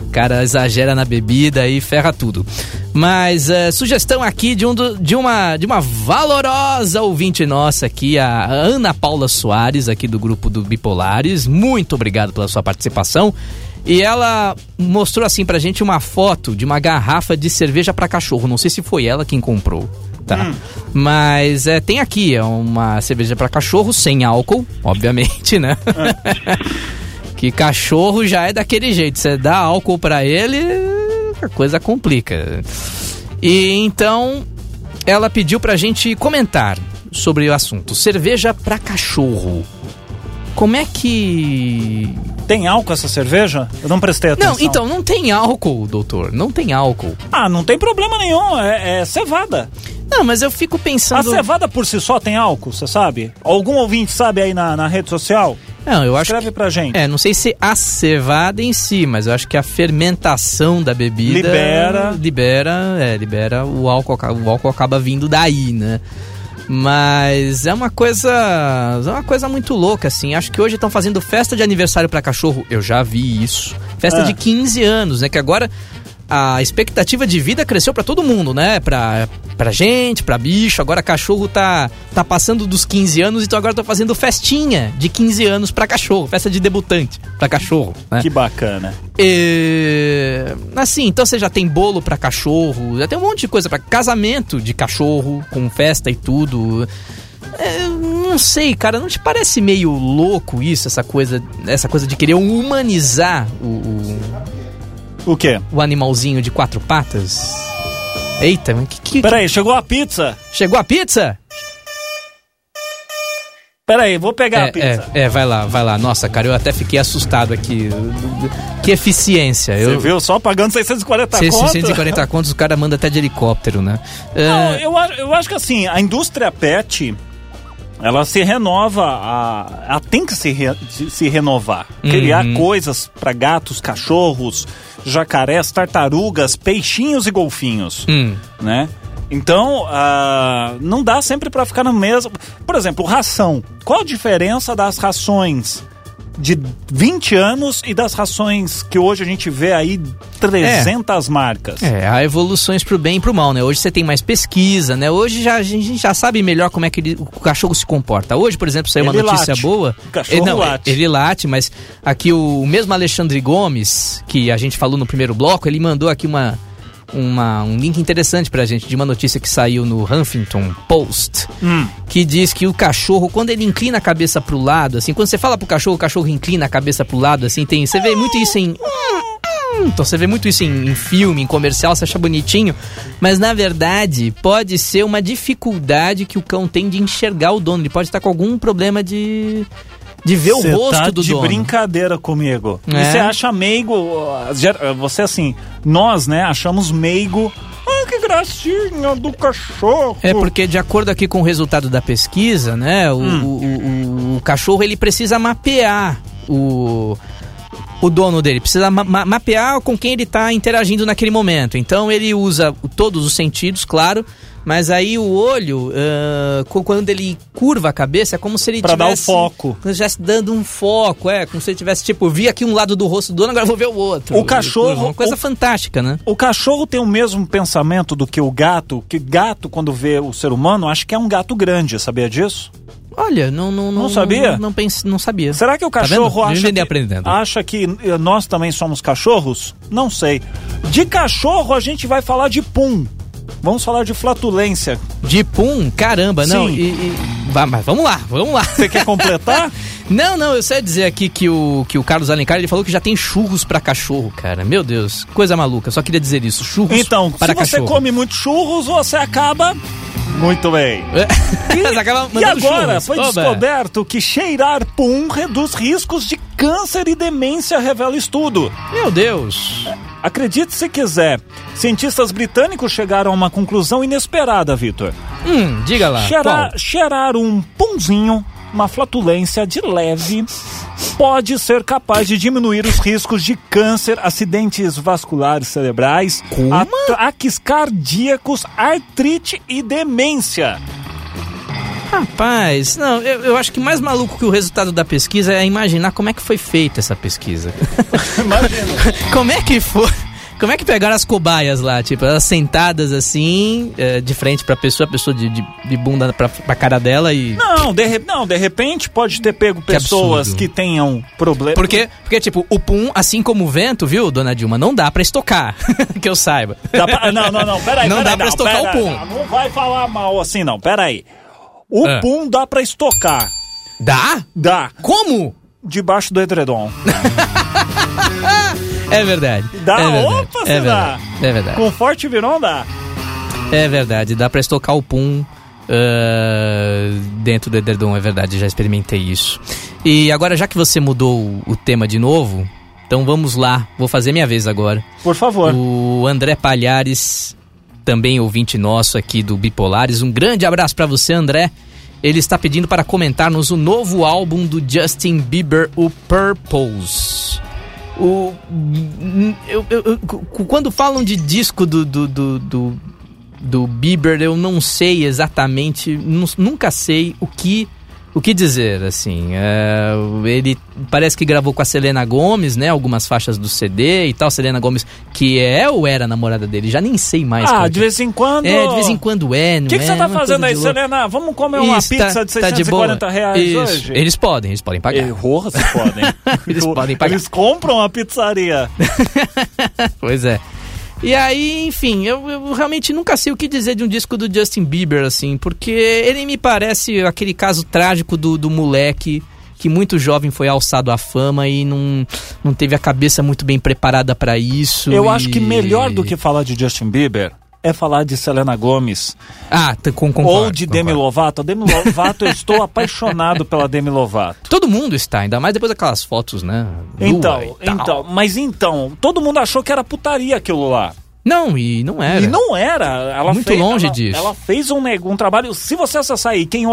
[SPEAKER 1] O cara exagera na bebida e ferra tudo. Mas eh, sugestão aqui de, um do- de uma, de uma valorosa ouvinte nossa aqui, a Ana Paula Soares, aqui do grupo do Bipolares. Muito obrigado pela sua participação. E ela mostrou assim pra gente uma foto de uma garrafa de cerveja pra cachorro. Não sei se foi ela quem comprou, tá? Mas é, tem aqui, é uma cerveja pra cachorro, sem álcool, obviamente, né? que cachorro já é daquele jeito. Você dá álcool pra ele, a coisa complica. E então ela pediu pra gente comentar sobre o assunto. Cerveja pra cachorro. Como é que
[SPEAKER 5] Tem álcool essa cerveja? Eu não prestei atenção.
[SPEAKER 1] não, então, não tem álcool, doutor. Não tem álcool.
[SPEAKER 5] Ah, não tem problema nenhum. É, é cevada.
[SPEAKER 1] Não, mas eu fico
[SPEAKER 5] A
[SPEAKER 1] pensando.
[SPEAKER 5] cevada por si só tem álcool, você sabe? Algum ouvinte sabe aí na, na rede social?
[SPEAKER 1] Não, eu acho.
[SPEAKER 5] Escreve pra gente.
[SPEAKER 1] que- É, não sei se a cevada em si, mas eu acho que a fermentação da bebida.
[SPEAKER 5] Libera.
[SPEAKER 1] Libera, é, libera. O álcool, aca- o álcool acaba vindo daí, né? Mas é uma coisa. É uma coisa muito louca, assim. Acho que hoje estão fazendo festa de aniversário pra cachorro. Eu já vi isso. Festa
[SPEAKER 5] Ah.
[SPEAKER 1] de 15 anos, né? Que agora a expectativa de vida cresceu pra todo mundo, né? Pra, pra gente, pra bicho. Agora cachorro tá, tá passando dos 15 anos, então agora estão fazendo festinha de 15 anos pra cachorro. Festa de debutante pra cachorro, né?
[SPEAKER 5] Que bacana.
[SPEAKER 1] É, assim, então você já tem bolo pra cachorro, já tem um monte de coisa pra casamento de cachorro, com festa e tudo. É, não sei, cara, não te parece meio louco isso, essa coisa, essa coisa de querer humanizar o, o,
[SPEAKER 5] O quê?
[SPEAKER 1] o animalzinho de quatro patas? Eita, mas que, que-
[SPEAKER 5] Peraí, chegou a pizza?
[SPEAKER 1] chegou a pizza?
[SPEAKER 5] Peraí, vou pegar
[SPEAKER 1] é,
[SPEAKER 5] a pizza.
[SPEAKER 1] é, é, vai lá, vai lá. Nossa, cara, eu até fiquei assustado aqui. Que eficiência.
[SPEAKER 5] Você
[SPEAKER 1] eu,
[SPEAKER 5] viu? Tá Só pagando 640
[SPEAKER 1] Se-
[SPEAKER 5] conto?
[SPEAKER 1] 640 contos, o cara manda até de helicóptero, né?
[SPEAKER 5] Não,
[SPEAKER 1] É,
[SPEAKER 5] eu, a- eu acho que assim, a indústria pet, ela se renova, a, ela tem que se, re- de- se renovar. Criar
[SPEAKER 1] Uhum.
[SPEAKER 5] coisas para gatos, cachorros, jacarés, tartarugas, peixinhos e golfinhos,
[SPEAKER 1] hum,
[SPEAKER 5] né? Então, ah, não dá sempre para ficar no mesmo... Por exemplo, ração. Qual a diferença das rações de 20 anos e das rações que hoje a gente vê aí 300 marcas?
[SPEAKER 1] é, há evoluções pro bem e pro mal, né? Hoje você tem mais pesquisa, né? Hoje já, a gente já sabe melhor como é que ele- o cachorro se comporta. Hoje, por exemplo, saiu uma
[SPEAKER 5] Ele
[SPEAKER 1] notícia
[SPEAKER 5] late.
[SPEAKER 1] boa.
[SPEAKER 5] O cachorro
[SPEAKER 1] ele, não,
[SPEAKER 5] late.
[SPEAKER 1] Ele late, mas aqui o, o mesmo Alexandre Gomes, que a gente falou no primeiro bloco, ele mandou aqui uma, uma- um link interessante pra gente, de uma notícia que saiu no Huffington Post.
[SPEAKER 5] Hum.
[SPEAKER 1] que diz que o cachorro, quando ele inclina a cabeça pro lado, assim, quando você fala pro cachorro, o cachorro inclina a cabeça pro lado, assim, tem. Você vê muito isso em. Então você vê muito isso em, em filme, em comercial, você acha bonitinho. Mas na verdade, pode ser uma dificuldade que o cão tem de enxergar o dono. Ele pode estar com algum problema de. de ver
[SPEAKER 5] Cê
[SPEAKER 1] o rosto
[SPEAKER 5] tá
[SPEAKER 1] do
[SPEAKER 5] de
[SPEAKER 1] dono.
[SPEAKER 5] brincadeira comigo.
[SPEAKER 1] É.
[SPEAKER 5] E você acha meigo. ó, ger- Você assim, nós, né, achamos meigo. Ai, que gracinha do cachorro.
[SPEAKER 1] É porque de acordo aqui com o resultado da pesquisa, né, o,
[SPEAKER 5] Hum.
[SPEAKER 1] o- o- o cachorro ele precisa mapear o o dono dele precisa ma- ma- mapear com quem ele está interagindo naquele momento. Então ele usa todos os sentidos, claro, mas aí o olho, ah, co- quando ele curva a cabeça, é como se ele
[SPEAKER 5] Pra dar o
[SPEAKER 1] tivesse-
[SPEAKER 5] foco.
[SPEAKER 1] como se estivesse dando um foco, é, como se ele tivesse tipo vi aqui um lado do rosto do dono, agora vou ver o outro.
[SPEAKER 5] O cachorro-
[SPEAKER 1] uma coisa
[SPEAKER 5] o-
[SPEAKER 1] fantástica, né?
[SPEAKER 5] O cachorro tem o mesmo pensamento do que o gato, que gato, quando vê o ser humano, acha que é um gato grande, sabia disso?
[SPEAKER 1] Olha, não não
[SPEAKER 5] Não sabia?
[SPEAKER 1] Não, não, pense- não sabia.
[SPEAKER 5] Será que o
[SPEAKER 1] Tá vendo?
[SPEAKER 5] cachorro
[SPEAKER 1] Vivendo
[SPEAKER 5] acha,
[SPEAKER 1] e
[SPEAKER 5] que,
[SPEAKER 1] aprendendo.
[SPEAKER 5] acha que eh, nós também somos cachorros? Não sei. De cachorro a gente vai falar de pum. Vamos falar de flatulência.
[SPEAKER 1] De pum, caramba, não.
[SPEAKER 5] Sim.
[SPEAKER 1] E, e- vá, mas vamos lá, vamos lá.
[SPEAKER 5] Você quer completar?
[SPEAKER 1] Não, não, eu sei dizer aqui que o, que o Carlos Alencar ele falou que já tem churros pra cachorro, cara. Meu Deus, coisa maluca. Só queria dizer isso, churros
[SPEAKER 5] Então,
[SPEAKER 1] para
[SPEAKER 5] se você
[SPEAKER 1] cachorro.
[SPEAKER 5] come muito churros, você acaba. Muito bem.
[SPEAKER 1] Mas acaba
[SPEAKER 5] E
[SPEAKER 1] mandando
[SPEAKER 5] agora
[SPEAKER 1] churros.
[SPEAKER 5] foi
[SPEAKER 1] Oba.
[SPEAKER 5] descoberto que cheirar pum reduz riscos de câncer e demência, revela estudo.
[SPEAKER 1] Meu Deus.
[SPEAKER 5] Acredite se quiser, cientistas britânicos chegaram a uma conclusão inesperada, Vitor.
[SPEAKER 1] Hum, diga lá.
[SPEAKER 5] Cheirar,
[SPEAKER 1] qual?
[SPEAKER 5] cheirar um punzinho, uma flatulência de leve, pode ser capaz de diminuir os riscos de câncer, acidentes vasculares cerebrais,
[SPEAKER 1] Como?
[SPEAKER 5] ataques cardíacos, artrite e demência.
[SPEAKER 1] Rapaz, não, eu, eu acho que mais maluco que o resultado da pesquisa é imaginar como é que foi feita essa pesquisa. como é que foi? Como é que pegaram as cobaias lá? Tipo, elas sentadas assim, eh, de frente pra pessoa, a pessoa de, de, de bunda pra, pra cara dela e.
[SPEAKER 5] Não, de, re- não, de repente pode ter pego pessoas
[SPEAKER 1] absurdo.
[SPEAKER 5] que, tenham problemas.
[SPEAKER 1] Porque, porque, tipo, o pum, assim como o vento, viu, dona Dilma, não dá pra estocar, que eu saiba.
[SPEAKER 5] Dá pra- não, não, não, peraí.
[SPEAKER 1] Não
[SPEAKER 5] peraí,
[SPEAKER 1] dá pra estocar
[SPEAKER 5] peraí,
[SPEAKER 1] o pum.
[SPEAKER 5] Não, não vai falar mal assim, não, peraí. O
[SPEAKER 1] Ah.
[SPEAKER 5] pum dá pra estocar.
[SPEAKER 1] Dá?
[SPEAKER 5] Dá.
[SPEAKER 1] Como?
[SPEAKER 5] Debaixo do edredom.
[SPEAKER 1] É verdade.
[SPEAKER 5] Dá,
[SPEAKER 1] é verdade,
[SPEAKER 5] opa, se
[SPEAKER 1] é verdade,
[SPEAKER 5] dá.
[SPEAKER 1] É verdade.
[SPEAKER 5] Com forte virão dá.
[SPEAKER 1] É verdade, dá pra estocar o pum ah, dentro do edredom, é verdade, já experimentei isso. E agora, já que você mudou o- o tema de novo, então vamos lá, vou fazer minha vez agora.
[SPEAKER 5] Por favor.
[SPEAKER 1] O André Palhares, também ouvinte nosso aqui do Bipolares, um grande abraço pra você, André. Ele está pedindo para comentarmos o novo álbum do Justin Bieber, o Purpose. O, eu- eu- eu- cu- quando falam de disco do, do, do, do, do Bieber, eu não sei exatamente, nu- nunca sei o que o que dizer, assim. É, ele parece que gravou com a Selena Gomes, né? Algumas faixas do CD e tal. Selena Gomes, que é ou era a namorada dele, já nem sei mais.
[SPEAKER 5] ah,
[SPEAKER 1] qual
[SPEAKER 5] de vez em quando.
[SPEAKER 1] é, de vez em quando é, não
[SPEAKER 5] O que, que
[SPEAKER 1] é,
[SPEAKER 5] você tá
[SPEAKER 1] uma coisa
[SPEAKER 5] fazendo aí,
[SPEAKER 1] de louco.
[SPEAKER 5] Selena? Vamos comer uma
[SPEAKER 1] Isso, tá-
[SPEAKER 5] pizza de
[SPEAKER 1] tá boa.
[SPEAKER 5] 640 reais
[SPEAKER 1] Isso.
[SPEAKER 5] hoje?
[SPEAKER 1] Eles podem, eles podem pagar.
[SPEAKER 5] Errou, se podem.
[SPEAKER 1] Eles podem pagar.
[SPEAKER 5] Eles compram a pizzaria.
[SPEAKER 1] Pois é. E aí, enfim, eu, eu realmente nunca sei o que dizer de um disco do Justin Bieber, assim, porque ele me parece aquele caso trágico do, do moleque que muito jovem foi alçado à fama e não, não teve a cabeça muito bem preparada pra isso.
[SPEAKER 5] Eu
[SPEAKER 1] e-
[SPEAKER 5] acho que melhor do que falar de Justin Bieber é falar de Selena Gomes.
[SPEAKER 1] Ah, t- com, concordo,
[SPEAKER 5] Ou de
[SPEAKER 1] concordo.
[SPEAKER 5] Demi Lovato. A Demi Lovato, eu estou apaixonado pela Demi Lovato.
[SPEAKER 1] Todo mundo está, ainda mais depois daquelas fotos, né? Nua e
[SPEAKER 5] Então,
[SPEAKER 1] tal.
[SPEAKER 5] então, mas então, todo mundo achou que era putaria aquilo lá.
[SPEAKER 1] Não, e não era.
[SPEAKER 5] E não era. Ela
[SPEAKER 1] Muito
[SPEAKER 5] fez,
[SPEAKER 1] longe
[SPEAKER 5] ela,
[SPEAKER 1] disso.
[SPEAKER 5] Ela fez um, neg- um trabalho. Se você acessar aí, quem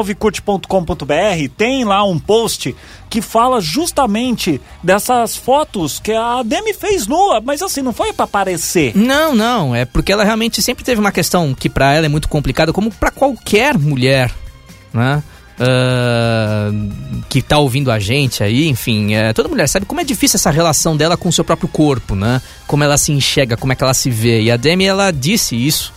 [SPEAKER 5] tem lá um post que fala justamente dessas fotos que a Demi fez nua, mas assim, não foi pra aparecer.
[SPEAKER 1] Não, não, é porque ela realmente sempre teve uma questão que pra ela é muito complicada, como pra qualquer mulher, né? Ah, que tá ouvindo a gente aí, enfim, é, toda mulher sabe como é difícil essa relação dela com o seu próprio corpo, né? Como ela se enxerga, como é que ela se vê. E a Demi, ela disse isso,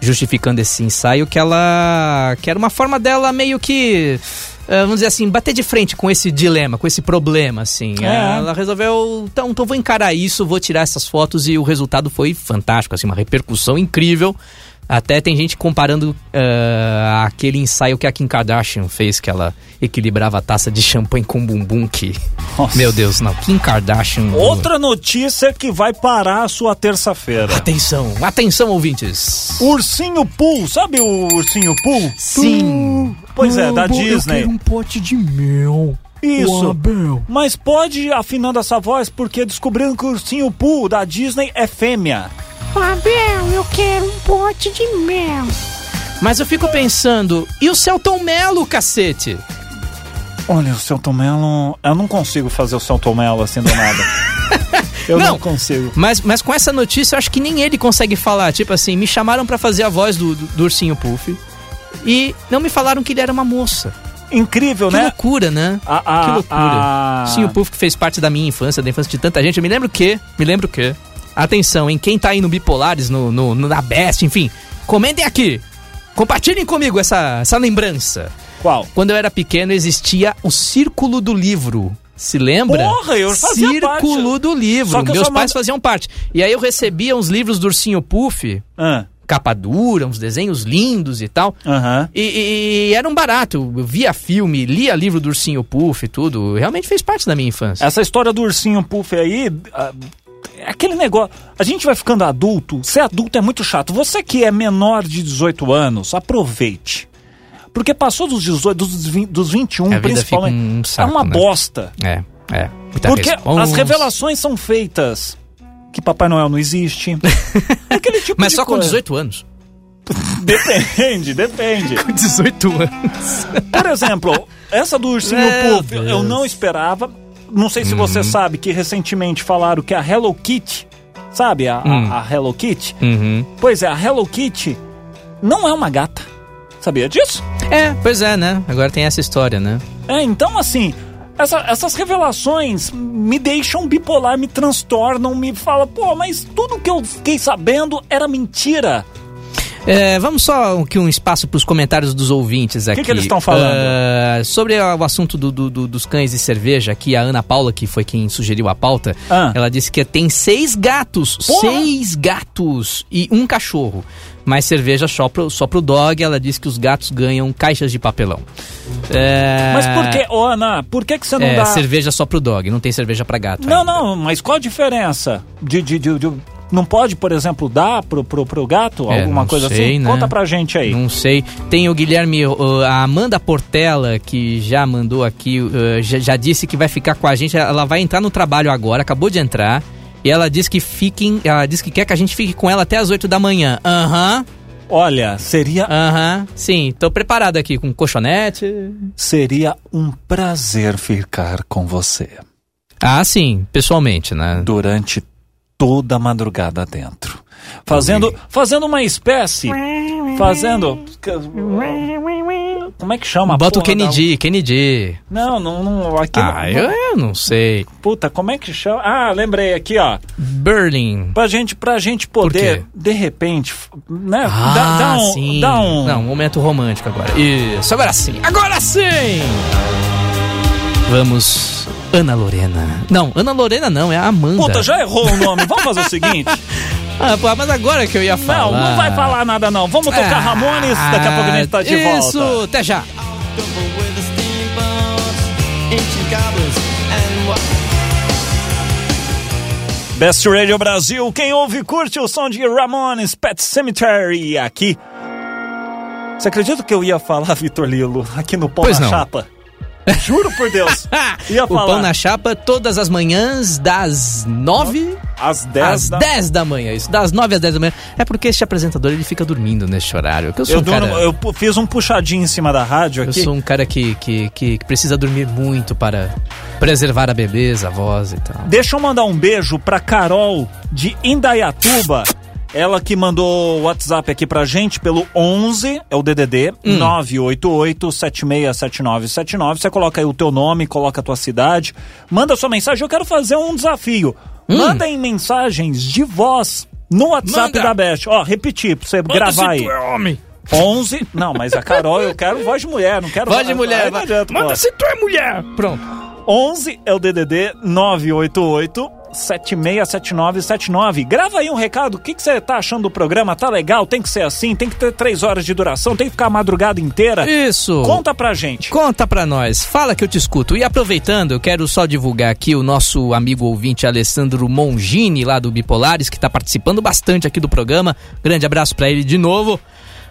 [SPEAKER 1] justificando esse ensaio, que ela. que era uma forma dela meio que. ah, vamos dizer assim, bater de frente com esse dilema, com esse problema, assim.
[SPEAKER 5] É.
[SPEAKER 1] Ela ela resolveu, então, então vou encarar isso, vou tirar essas fotos e o resultado foi fantástico, assim, uma repercussão incrível. Até tem gente comparando eh, aquele ensaio que a Kim Kardashian fez, que ela equilibrava a taça de champanhe com bumbum, que...
[SPEAKER 5] Nossa.
[SPEAKER 1] Meu Deus, não, Kim Kardashian...
[SPEAKER 5] Outra notícia que vai parar a sua terça-feira.
[SPEAKER 1] Atenção, atenção, ouvintes!
[SPEAKER 5] Ursinho Poo, sabe o Ursinho Poo?
[SPEAKER 1] Sim.
[SPEAKER 5] Pois é, da Disney.
[SPEAKER 1] pote de um mel.
[SPEAKER 5] Isso.
[SPEAKER 1] Abel.
[SPEAKER 5] Mas pode afinando essa voz, porque descobriram que o ursinho Pooh da Disney é fêmea.
[SPEAKER 7] Abel, eu quero um pote de mel.
[SPEAKER 1] Mas eu fico pensando, e o Celton Mello, cacete?
[SPEAKER 5] Olha, o seu Tomelo. Eu não consigo fazer o seu Tomelo assim do nada. Eu não,
[SPEAKER 1] Não.
[SPEAKER 5] consigo.
[SPEAKER 1] Mas, mas com essa notícia, eu acho que nem ele consegue falar. Tipo assim, me chamaram pra fazer a voz do, do, do ursinho Puff. E não me falaram que ele era uma moça.
[SPEAKER 5] Incrível,
[SPEAKER 1] Que
[SPEAKER 5] né? ah,
[SPEAKER 1] loucura, né?
[SPEAKER 5] A- a-
[SPEAKER 1] que loucura.
[SPEAKER 5] a-
[SPEAKER 1] Sim, o Puff que fez parte da minha infância, da infância de tanta gente. Eu me lembro que, me lembro que. Atenção, hein? Quem tá aí no Bipolares, no, no- no- na Best, enfim, comentem aqui. Compartilhem comigo essa, essa lembrança.
[SPEAKER 5] Qual?
[SPEAKER 1] Quando eu era pequeno, existia o Círculo do Livro. Se lembra?
[SPEAKER 5] Porra, eu fazia
[SPEAKER 1] Círculo
[SPEAKER 5] parte.
[SPEAKER 1] do Livro.
[SPEAKER 5] Só que eu
[SPEAKER 1] Meus
[SPEAKER 5] só
[SPEAKER 1] pais
[SPEAKER 5] manda-
[SPEAKER 1] faziam parte. E aí eu recebia uns livros do Ursinho Puff,
[SPEAKER 5] Ah,
[SPEAKER 1] capa dura, uns desenhos lindos e tal.
[SPEAKER 5] Aham.
[SPEAKER 1] E, e era um barato. Eu via filme, lia livro do Ursinho Puff e tudo. Realmente fez parte da minha infância.
[SPEAKER 5] Essa história do ursinho puff aí. ah, é Aquele negócio. A gente vai ficando adulto. Ser adulto é muito chato. Você que é menor de 18 anos, aproveite. Porque passou dos 18, dos, 20, dos 21,
[SPEAKER 1] A vida
[SPEAKER 5] principalmente.
[SPEAKER 1] fica um
[SPEAKER 5] é
[SPEAKER 1] saco,
[SPEAKER 5] uma
[SPEAKER 1] né?
[SPEAKER 5] bosta.
[SPEAKER 1] É, é. Muita
[SPEAKER 5] Porque as
[SPEAKER 1] responsa.
[SPEAKER 5] revelações são feitas. Que Papai Noel não existe. Aquele tipo
[SPEAKER 1] Mas
[SPEAKER 5] de
[SPEAKER 1] só com
[SPEAKER 5] coisa.
[SPEAKER 1] 18 anos.
[SPEAKER 5] Depende, depende.
[SPEAKER 1] 18 anos.
[SPEAKER 5] Por exemplo, essa do Ursinho
[SPEAKER 1] Meu
[SPEAKER 5] Puff,
[SPEAKER 1] Deus.
[SPEAKER 5] eu não esperava. Não sei se você sabe que recentemente falaram que a Hello Kitty, sabe a, a- a Hello Kitty?
[SPEAKER 1] Uhum.
[SPEAKER 5] Pois é, a Hello Kitty não é uma gata. Sabia disso?
[SPEAKER 1] É, pois é, né? Agora tem essa história, né?
[SPEAKER 5] É, então assim, essa- essas revelações me deixam bipolar, me transtornam, me fala, pô, mas tudo que eu fiquei sabendo era mentira.
[SPEAKER 1] É, vamos só aqui um espaço para os comentários dos ouvintes aqui.
[SPEAKER 5] que eles estão falando?
[SPEAKER 1] Ah, sobre a- o assunto do- do- do- dos cães e cerveja, aqui a Ana Paula, que foi quem sugeriu a pauta,
[SPEAKER 5] Ah.
[SPEAKER 1] ela disse que tem seis gatos.
[SPEAKER 5] Porra!
[SPEAKER 1] Seis gatos e um cachorro. Mas cerveja só pro, só pro dog, ela disse que os gatos ganham caixas de papelão. É,
[SPEAKER 5] Mas por que, ô Ana, por que, que você não
[SPEAKER 1] é,
[SPEAKER 5] dá.
[SPEAKER 1] cerveja só pro dog, não tem cerveja pra gato.
[SPEAKER 5] Não,
[SPEAKER 1] ainda.
[SPEAKER 5] não, mas qual a diferença? De, de, de, de- não pode, por exemplo, dar pro, pro, pro gato
[SPEAKER 1] É,
[SPEAKER 5] alguma
[SPEAKER 1] não
[SPEAKER 5] coisa
[SPEAKER 1] sei,
[SPEAKER 5] assim?
[SPEAKER 1] né?
[SPEAKER 5] Conta pra gente aí.
[SPEAKER 1] Não sei. Tem o Guilherme, uh, a Amanda Portela, que já mandou aqui, uh, já, já disse que vai ficar com a gente. Ela vai entrar no trabalho agora, acabou de entrar. E ela diz que fiquem. Ela diz que quer que a gente fique com ela até as 8 da manhã. Aham,
[SPEAKER 5] Olha, seria,
[SPEAKER 1] aham. Sim, tô preparado aqui com colchonete.
[SPEAKER 5] seria um prazer ficar com você
[SPEAKER 1] Ah, sim, pessoalmente, né?
[SPEAKER 5] durante toda a madrugada dentro. Fazendo, fazendo uma espécie. Fazendo. Como é que chama? a
[SPEAKER 1] Bota o
[SPEAKER 5] porra da- um-
[SPEAKER 1] Kennedy, Kennedy.
[SPEAKER 5] Não, não, não. Aqui
[SPEAKER 1] Ah,
[SPEAKER 5] não-
[SPEAKER 1] eu, eu não sei.
[SPEAKER 5] Puta, como é que chama? Ah, lembrei aqui, ó.
[SPEAKER 1] Berlin.
[SPEAKER 5] Pra gente, pra gente poder, de repente, f- né?
[SPEAKER 1] Ah,
[SPEAKER 5] dá, dá um.
[SPEAKER 1] sim.
[SPEAKER 5] Dá um
[SPEAKER 1] Não, momento romântico agora. Isso, agora sim. Agora sim! Vamos, Ana Lorena. Não, Ana Lorena não, é a Amanda.
[SPEAKER 5] Puta, já errou o nome. Vamos fazer o seguinte.
[SPEAKER 1] Ah, pô, mas agora que eu ia
[SPEAKER 5] Não,
[SPEAKER 1] falar.
[SPEAKER 5] não vai falar nada, não. Vamos tocar Ramones. Daqui a pouco a gente tá de
[SPEAKER 1] Ah, Isso,
[SPEAKER 5] volta.
[SPEAKER 1] até já.
[SPEAKER 2] with the steamboats, ancient goblins, and what
[SPEAKER 5] Best Radio Brasil. Quem ouve, curte o som de Ramones, Pet Cemetery aqui. Você acredita que eu ia falar, Vitor Lilo, aqui no Pão
[SPEAKER 1] Pois
[SPEAKER 5] na
[SPEAKER 1] não.
[SPEAKER 5] Chapa? Juro por Deus.
[SPEAKER 1] Ah,
[SPEAKER 5] Ia
[SPEAKER 1] o
[SPEAKER 5] falar.
[SPEAKER 1] Pão na Chapa, todas as manhãs, das nove
[SPEAKER 5] Às 10
[SPEAKER 1] às
[SPEAKER 5] da...
[SPEAKER 1] 10 da manhã. Isso, das nove às 10 da manhã. É porque este apresentador, ele fica dormindo neste horário. Que eu sou
[SPEAKER 5] Eu,
[SPEAKER 1] um
[SPEAKER 5] durmo-
[SPEAKER 1] cara...
[SPEAKER 5] eu pu- fiz um puxadinho em cima da rádio
[SPEAKER 1] Eu
[SPEAKER 5] aqui.
[SPEAKER 1] sou um cara que, que, que, que precisa dormir muito para preservar a beleza, a voz e tal.
[SPEAKER 5] Deixa eu mandar um beijo pra Carol de Indaiatuba. Ela que mandou o WhatsApp aqui pra gente pelo 11, é o DDD,
[SPEAKER 1] Hum.
[SPEAKER 5] 988-767979. Você coloca aí o teu nome, coloca a tua cidade, manda sua mensagem. Eu quero fazer um desafio.
[SPEAKER 1] Hum.
[SPEAKER 5] Mandem mensagens de voz no WhatsApp
[SPEAKER 1] Manda.
[SPEAKER 5] da Best. Ó, repetir pra você gravar aí.
[SPEAKER 1] é homem.
[SPEAKER 5] 11, não, mas a Carol eu quero voz de mulher, não quero
[SPEAKER 1] Voz de mulher.
[SPEAKER 5] Aí não
[SPEAKER 1] vai.
[SPEAKER 5] adianta, pô.
[SPEAKER 1] Manda se tu é mulher. Pronto.
[SPEAKER 5] 11 é o DDD 988 767979. Grava aí um recado. O que que você tá achando do programa? Tá legal? Tem que ser assim? Tem que ter três horas de duração? Tem que ficar a madrugada inteira?
[SPEAKER 1] Isso.
[SPEAKER 5] Conta pra gente.
[SPEAKER 1] Conta pra nós, fala que eu te escuto. E aproveitando, eu quero só divulgar aqui o nosso amigo ouvinte Alessandro Mongini, lá do Bipolares, que tá participando bastante aqui do programa. Grande abraço pra ele de novo.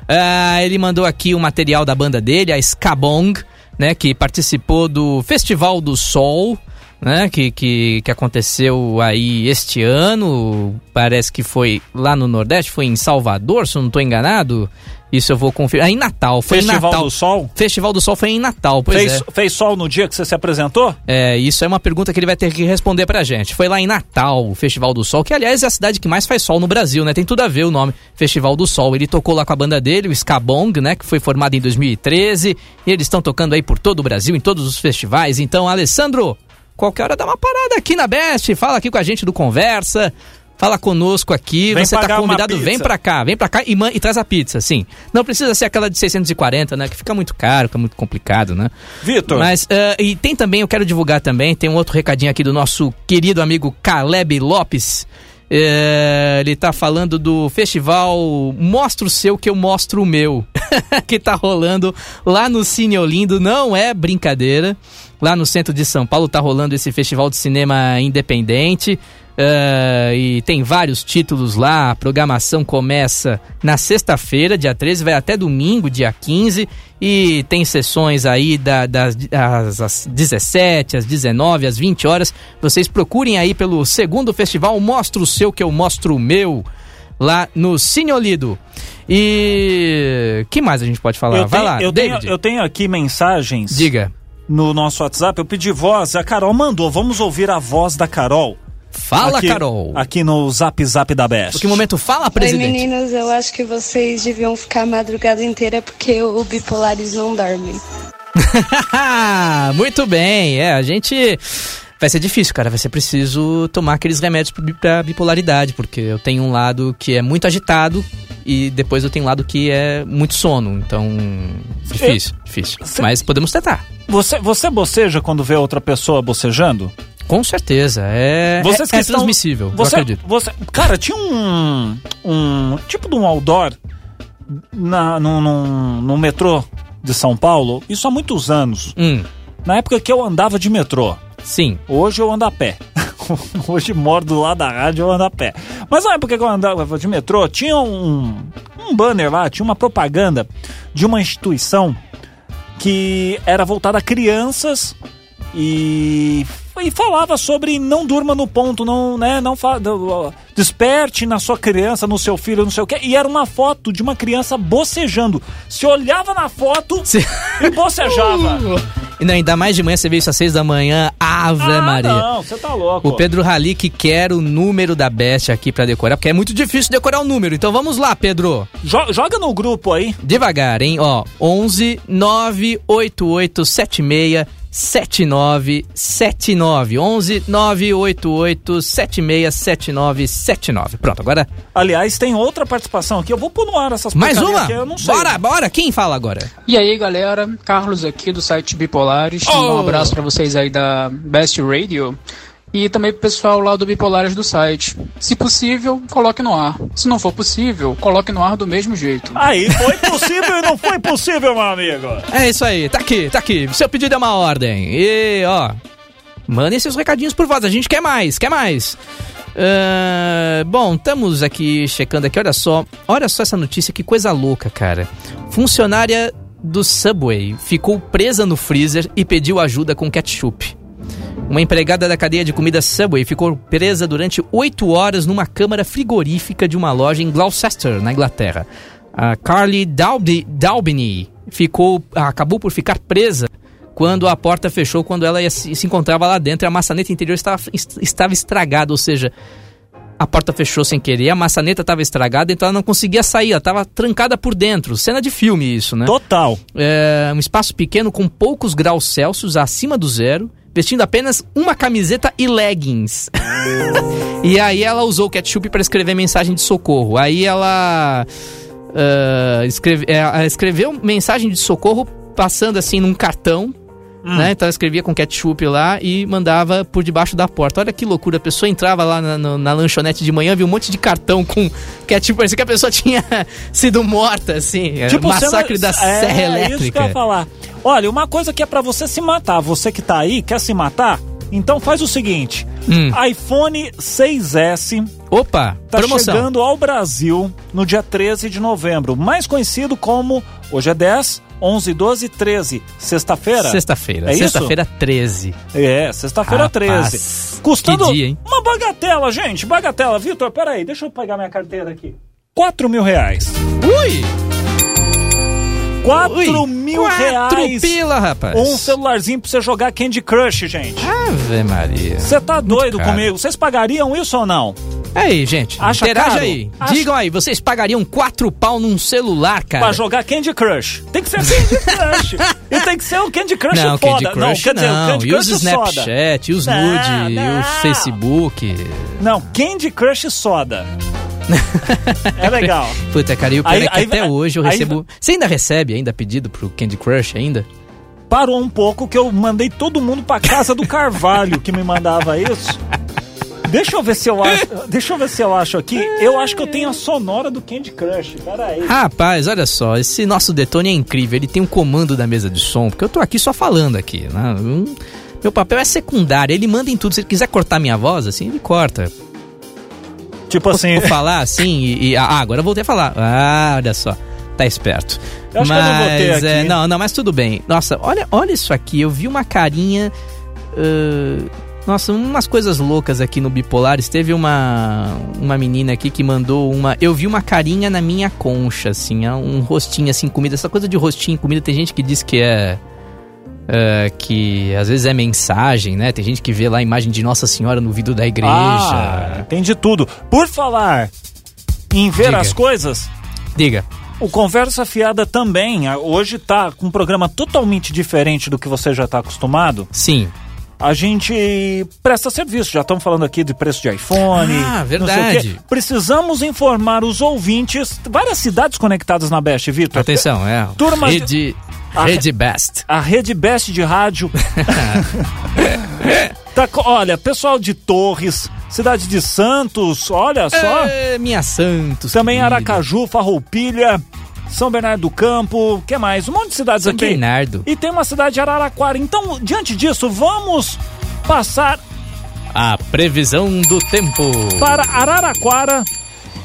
[SPEAKER 1] Ah, ele mandou aqui o material da banda dele, a Skabong. né, que participou do Festival do Sol, né, que, que, que aconteceu aí este ano, parece que foi lá no Nordeste, foi em Salvador, se eu não estou enganado, isso eu vou conferir, ah, em Natal, foi em
[SPEAKER 5] Festival
[SPEAKER 1] Natal.
[SPEAKER 5] do Sol?
[SPEAKER 1] Festival do Sol foi em Natal, pois
[SPEAKER 5] Fez,
[SPEAKER 1] é.
[SPEAKER 5] fez sol no dia que você se apresentou?
[SPEAKER 1] É, isso é uma pergunta que ele vai ter que responder pra gente. Foi lá em Natal, o Festival do Sol, que aliás é a cidade que mais faz sol no Brasil, né? Tem tudo a ver o nome, Festival do Sol. Ele tocou lá com a banda dele, o Skabong, né? Que foi formado em 2013. E eles estão tocando aí por todo o Brasil, em todos os festivais. Então, Alessandro, qualquer hora dá uma parada aqui na Best, fala aqui com a gente do Conversa. Fala conosco aqui,
[SPEAKER 5] Vem
[SPEAKER 1] você tá
[SPEAKER 5] pagar uma
[SPEAKER 1] convidado, vem
[SPEAKER 5] pizza.
[SPEAKER 1] pra cá, vem pra cá e, man- e traz a pizza, sim. Não precisa ser aquela de 640, né? Que fica muito caro, fica muito complicado, né?
[SPEAKER 5] Vitor,
[SPEAKER 1] Mas, eh, e tem também, eu quero divulgar também, tem um outro recadinho aqui do nosso querido amigo Caleb Lopes. Eh, ele tá falando do festival Mostra o Seu que eu mostro o meu, que tá rolando lá no Cine Olindo, não é brincadeira. Lá no centro de São Paulo tá rolando esse festival de cinema independente. eh, e tem vários títulos lá. A programação começa na sexta-feira, dia 13, vai até domingo, dia 15. E tem sessões aí da- das, das às 17, às 19, às 20 horas. Vocês procurem aí pelo segundo festival Mostra o Seu Que Eu Mostro o Meu, lá no Cine Olido. E que mais a gente pode falar?
[SPEAKER 5] eu,
[SPEAKER 1] vai
[SPEAKER 5] tenho,
[SPEAKER 1] lá,
[SPEAKER 5] eu, tenho,
[SPEAKER 1] David,
[SPEAKER 5] eu tenho aqui mensagens
[SPEAKER 1] diga.
[SPEAKER 5] no nosso WhatsApp. Eu pedi voz, a Carol mandou. Vamos ouvir a voz da Carol.
[SPEAKER 1] Fala,
[SPEAKER 5] aqui,
[SPEAKER 1] Carol.
[SPEAKER 5] Aqui no Zap Zap da
[SPEAKER 1] No
[SPEAKER 5] Best.
[SPEAKER 1] que momento fala,
[SPEAKER 8] Oi,
[SPEAKER 1] presidente?
[SPEAKER 8] meninas, eu acho que vocês deviam ficar a madrugada inteira porque o bipolares não dorme.
[SPEAKER 1] Muito bem, é, a gente. Vai ser difícil, cara. Vai ser preciso tomar aqueles remédios pro bi- pra bipolaridade, porque eu tenho um lado que é muito agitado e depois eu tenho um lado que é muito sono. Então, difícil, difícil.
[SPEAKER 5] Cê-
[SPEAKER 1] Mas podemos tentar.
[SPEAKER 5] Você, você boceja quando vê outra pessoa bocejando?
[SPEAKER 1] Com certeza. É,
[SPEAKER 5] Vocês
[SPEAKER 1] é,
[SPEAKER 5] que
[SPEAKER 1] é
[SPEAKER 5] estão-
[SPEAKER 1] transmissível,
[SPEAKER 5] Você,
[SPEAKER 1] eu acredito.
[SPEAKER 5] você, cara, tinha um, um tipo de um outdoor na, num, num- num metrô de São Paulo, isso há muitos anos.
[SPEAKER 1] Hum,
[SPEAKER 5] Na época que eu andava de metrô,
[SPEAKER 1] sim.
[SPEAKER 5] hoje eu ando a pé. hoje moro do lado da rádio, eu ando a pé. Mas na época que eu andava de metrô, tinha um, um banner lá, tinha uma propaganda de uma instituição que era voltada a crianças e, e falava sobre não durma no ponto, não, né, não fa- do- desperte na sua criança, no seu filho, não sei o quê. E era uma foto de uma criança bocejando. Se olhava na foto
[SPEAKER 1] Se-
[SPEAKER 5] e bocejava.
[SPEAKER 1] E não, ainda mais de manhã, você vê isso às seis da manhã. Ave
[SPEAKER 5] ah,
[SPEAKER 1] Maria.
[SPEAKER 5] não, você tá louco.
[SPEAKER 1] O Pedro Rali que quer o número da Best aqui pra decorar, porque é muito difícil decorar o número. Então vamos lá, Pedro.
[SPEAKER 5] Jo- joga no grupo aí.
[SPEAKER 1] Devagar, hein? Ó, 11 988 76 7979. 11 988 76 7979. Pronto, agora
[SPEAKER 5] Aliás, tem outra participação aqui. Eu vou pôr no ar essas
[SPEAKER 1] mais
[SPEAKER 5] porcaria
[SPEAKER 1] uma.
[SPEAKER 5] aqui, eu não sei.
[SPEAKER 1] Bora, bora. Quem fala agora?
[SPEAKER 9] E aí, galera, Carlos aqui do site Bipolares.
[SPEAKER 1] Oh!
[SPEAKER 9] Um abraço pra vocês aí da Best Radio e também pro pessoal lá do Bipolares do site. Se possível, coloque no ar. Se não for possível, coloque no ar do mesmo jeito.
[SPEAKER 5] Aí, foi possível e não foi possível, meu amigo.
[SPEAKER 1] É isso aí. Tá aqui, tá aqui. Seu pedido é uma ordem. E, ó, mandem seus recadinhos por voz. A gente quer mais, quer mais. Ah, bom, estamos aqui checando aqui, olha só, olha só essa notícia, que coisa louca, cara. Funcionária do Subway ficou presa no freezer e pediu ajuda com ketchup. Uma empregada da cadeia de comida Subway ficou presa durante oito horas numa câmara frigorífica de uma loja em Gloucester, na Inglaterra. A Carly Dalby, Dalbany ficou, ah, acabou por ficar presa quando a porta fechou, quando ela ia se se encontrava lá dentro. A maçaneta interior estava, estava estragada, ou seja, a porta fechou sem querer, a maçaneta estava estragada, então ela não conseguia sair, ela estava trancada por dentro. Cena de filme isso, né?
[SPEAKER 5] Total.
[SPEAKER 1] É, um espaço pequeno com poucos graus Celsius acima do zero, vestindo apenas uma camiseta e leggings. e aí ela usou o ketchup para escrever mensagem de socorro. Aí ela, ah, escreve- é, ela escreveu mensagem de socorro passando assim num cartão.
[SPEAKER 5] Hum.
[SPEAKER 1] Né? Então ela escrevia com ketchup lá e mandava por debaixo da porta. Olha que loucura, a pessoa entrava lá na, na- na lanchonete de manhã, viu um monte de cartão com ketchup, parecia que a pessoa tinha sido morta, assim.
[SPEAKER 5] Tipo
[SPEAKER 1] massacre da
[SPEAKER 5] cena-
[SPEAKER 1] Serra
[SPEAKER 5] É isso que eu ia
[SPEAKER 1] Elétrica.
[SPEAKER 5] falar. Olha, uma coisa que é pra você se matar. Você que tá aí, quer se matar? Então faz o seguinte.
[SPEAKER 1] Hum.
[SPEAKER 5] iPhone 6S
[SPEAKER 1] Opa,
[SPEAKER 5] tá
[SPEAKER 1] promoção.
[SPEAKER 5] chegando ao Brasil no dia 13 de novembro. Mais conhecido como... Hoje é 10, 11, 12 e 13. Sexta-feira?
[SPEAKER 1] Sexta-feira.
[SPEAKER 5] É isso?
[SPEAKER 1] Sexta-feira 13.
[SPEAKER 5] É, sexta-feira
[SPEAKER 1] Rapaz,
[SPEAKER 5] 13. Custando
[SPEAKER 1] que dia, hein?
[SPEAKER 5] uma bagatela, gente. Bagatela. Vitor, peraí, deixa eu pegar minha carteira aqui. 4 mil reais.
[SPEAKER 1] Ui!
[SPEAKER 5] 4
[SPEAKER 1] Ui,
[SPEAKER 5] mil
[SPEAKER 1] quatro
[SPEAKER 5] reais.
[SPEAKER 1] pila, rapaz.
[SPEAKER 5] Um celularzinho pra você jogar Candy Crush, gente.
[SPEAKER 1] Ave Maria.
[SPEAKER 5] Você tá doido
[SPEAKER 1] caro.
[SPEAKER 5] comigo? Vocês pagariam isso ou não?
[SPEAKER 1] Aí, gente,
[SPEAKER 5] Acha
[SPEAKER 1] interaja
[SPEAKER 5] caro?
[SPEAKER 1] aí.
[SPEAKER 5] Acha-
[SPEAKER 1] Digam aí, vocês pagariam quatro pau num celular,
[SPEAKER 5] Pra
[SPEAKER 1] cara?
[SPEAKER 5] jogar Candy Crush. Tem que ser Candy Crush. e tem que ser o Candy Crush
[SPEAKER 1] Não,
[SPEAKER 5] foda.
[SPEAKER 1] Candy Crush
[SPEAKER 5] quer dizer, o
[SPEAKER 1] não.
[SPEAKER 5] Candy
[SPEAKER 1] E os
[SPEAKER 5] Crush foda.
[SPEAKER 1] Snapchat, e os
[SPEAKER 5] Não,
[SPEAKER 1] Nude, e
[SPEAKER 5] não.
[SPEAKER 1] o Facebook.
[SPEAKER 5] Não, Candy Crush soda. é legal.
[SPEAKER 1] Puta, cara, e o pior
[SPEAKER 5] Aí-
[SPEAKER 1] é que
[SPEAKER 5] aí-
[SPEAKER 1] até hoje eu
[SPEAKER 5] aí-
[SPEAKER 1] recebo... Você ainda recebe ainda pedido pro Candy Crush ainda?
[SPEAKER 5] Parou um pouco que eu mandei todo mundo pra casa do Carvalho que me mandava isso. Deixa eu ver se eu acho. Deixa eu ver se eu acho aqui. Eu acho que eu tenho a sonora do Candy Crush. Pera aí.
[SPEAKER 1] Rapaz, olha só, esse nosso Detone é incrível. Ele tem um comando da mesa de som, porque eu tô aqui só falando aqui, né? Um- Meu papel é secundário, ele manda em tudo. Se ele quiser cortar minha voz, assim, ele corta.
[SPEAKER 5] Tipo assim,
[SPEAKER 1] Vou falar assim e. e- ah, agora eu voltei a falar. Ah, olha só. Tá esperto.
[SPEAKER 5] Eu acho que eu não voltei
[SPEAKER 1] Mas, é,
[SPEAKER 5] aqui.
[SPEAKER 1] não, não, mas tudo bem. Nossa, olha, olha isso aqui. Eu vi uma carinha. ãh, nossa, umas coisas loucas aqui no Bipolares. Teve uma, uma menina aqui que mandou uma. Eu vi uma carinha na minha concha, assim, ah, um rostinho assim, comida. Essa coisa de rostinho em comida, tem gente que diz que é. é, que às vezes é mensagem, né? Tem gente que vê lá a imagem de Nossa Senhora no vidro da igreja.
[SPEAKER 5] Ah, tem de tudo. Por falar em ver
[SPEAKER 1] Diga.
[SPEAKER 5] as coisas,
[SPEAKER 1] Diga.
[SPEAKER 5] o Conversa Fiada também ah, hoje tá com um programa totalmente diferente do que você já tá acostumado.
[SPEAKER 1] Sim.
[SPEAKER 5] A gente presta serviço, já estamos falando aqui de preço de iPhone.
[SPEAKER 1] Ah,
[SPEAKER 5] não sei o
[SPEAKER 1] verdade.
[SPEAKER 5] quê. Precisamos informar os ouvintes, várias cidades conectadas na Best, Vitor.
[SPEAKER 1] Atenção, é.
[SPEAKER 5] Turma de-
[SPEAKER 1] Rede,
[SPEAKER 5] Ah,
[SPEAKER 1] rede Best.
[SPEAKER 5] A rede Best de rádio. tá, co- olha, pessoal de Torres, cidade de Santos, olha só.
[SPEAKER 1] É, minha Santos.
[SPEAKER 5] Também
[SPEAKER 1] querida.
[SPEAKER 5] Aracaju, Farroupilha, São Bernardo do Campo, que mais? Um monte de cidades
[SPEAKER 1] São
[SPEAKER 5] aqui.
[SPEAKER 1] Bernardo.
[SPEAKER 5] E tem uma cidade de Araraquara. Então, diante disso, vamos passar
[SPEAKER 1] A previsão do tempo.
[SPEAKER 5] para Araraquara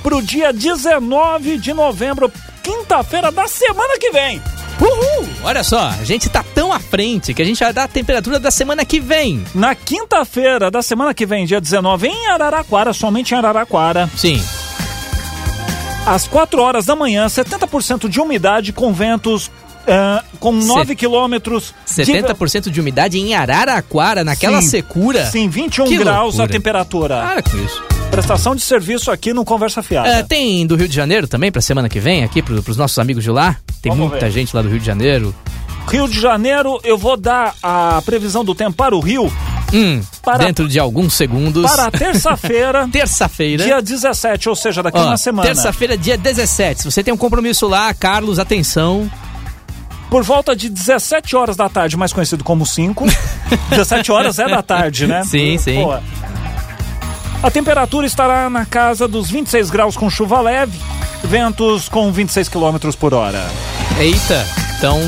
[SPEAKER 5] pro dia 19 de novembro, quinta-feira da semana que vem.
[SPEAKER 1] Uhul! Olha só, a gente tá tão à frente que a gente vai dar a temperatura da semana que vem.
[SPEAKER 5] Na quinta-feira da semana que vem, dia 19, em Araraquara, somente em Araraquara,
[SPEAKER 1] Sim.
[SPEAKER 5] às 4 horas da manhã, 70% de umidade com ventos ah, com 9 quilômetros. de-
[SPEAKER 1] 70% de umidade em Araraquara, naquela
[SPEAKER 5] Sim.
[SPEAKER 1] secura.
[SPEAKER 5] Sim, 21
[SPEAKER 1] Que
[SPEAKER 5] graus
[SPEAKER 1] loucura.
[SPEAKER 5] a temperatura.
[SPEAKER 1] Para com isso.
[SPEAKER 5] Prestação de serviço aqui no Conversa Fiada.
[SPEAKER 1] É, tem do Rio de Janeiro também pra semana que vem, aqui pro, pros nossos amigos de lá. Tem
[SPEAKER 5] Vamos
[SPEAKER 1] muita
[SPEAKER 5] ver.
[SPEAKER 1] gente lá do Rio de Janeiro.
[SPEAKER 5] Rio de Janeiro, eu vou dar a previsão do tempo para o Rio
[SPEAKER 1] Hum,
[SPEAKER 5] Para-
[SPEAKER 1] dentro de alguns segundos.
[SPEAKER 5] para terça-feira,
[SPEAKER 1] Terça-feira.
[SPEAKER 5] dia 17, ou seja, daqui
[SPEAKER 1] Ó,
[SPEAKER 5] uma semana.
[SPEAKER 1] Terça-feira, dia 17. Se você tem um compromisso lá, Carlos, atenção.
[SPEAKER 5] Por volta de 17 horas da tarde, mais conhecido como 5. 17 horas é da tarde, né?
[SPEAKER 1] Sim, sim.
[SPEAKER 5] A temperatura estará na casa dos 26 graus com chuva leve, ventos com 26 km por hora.
[SPEAKER 1] Eita, então.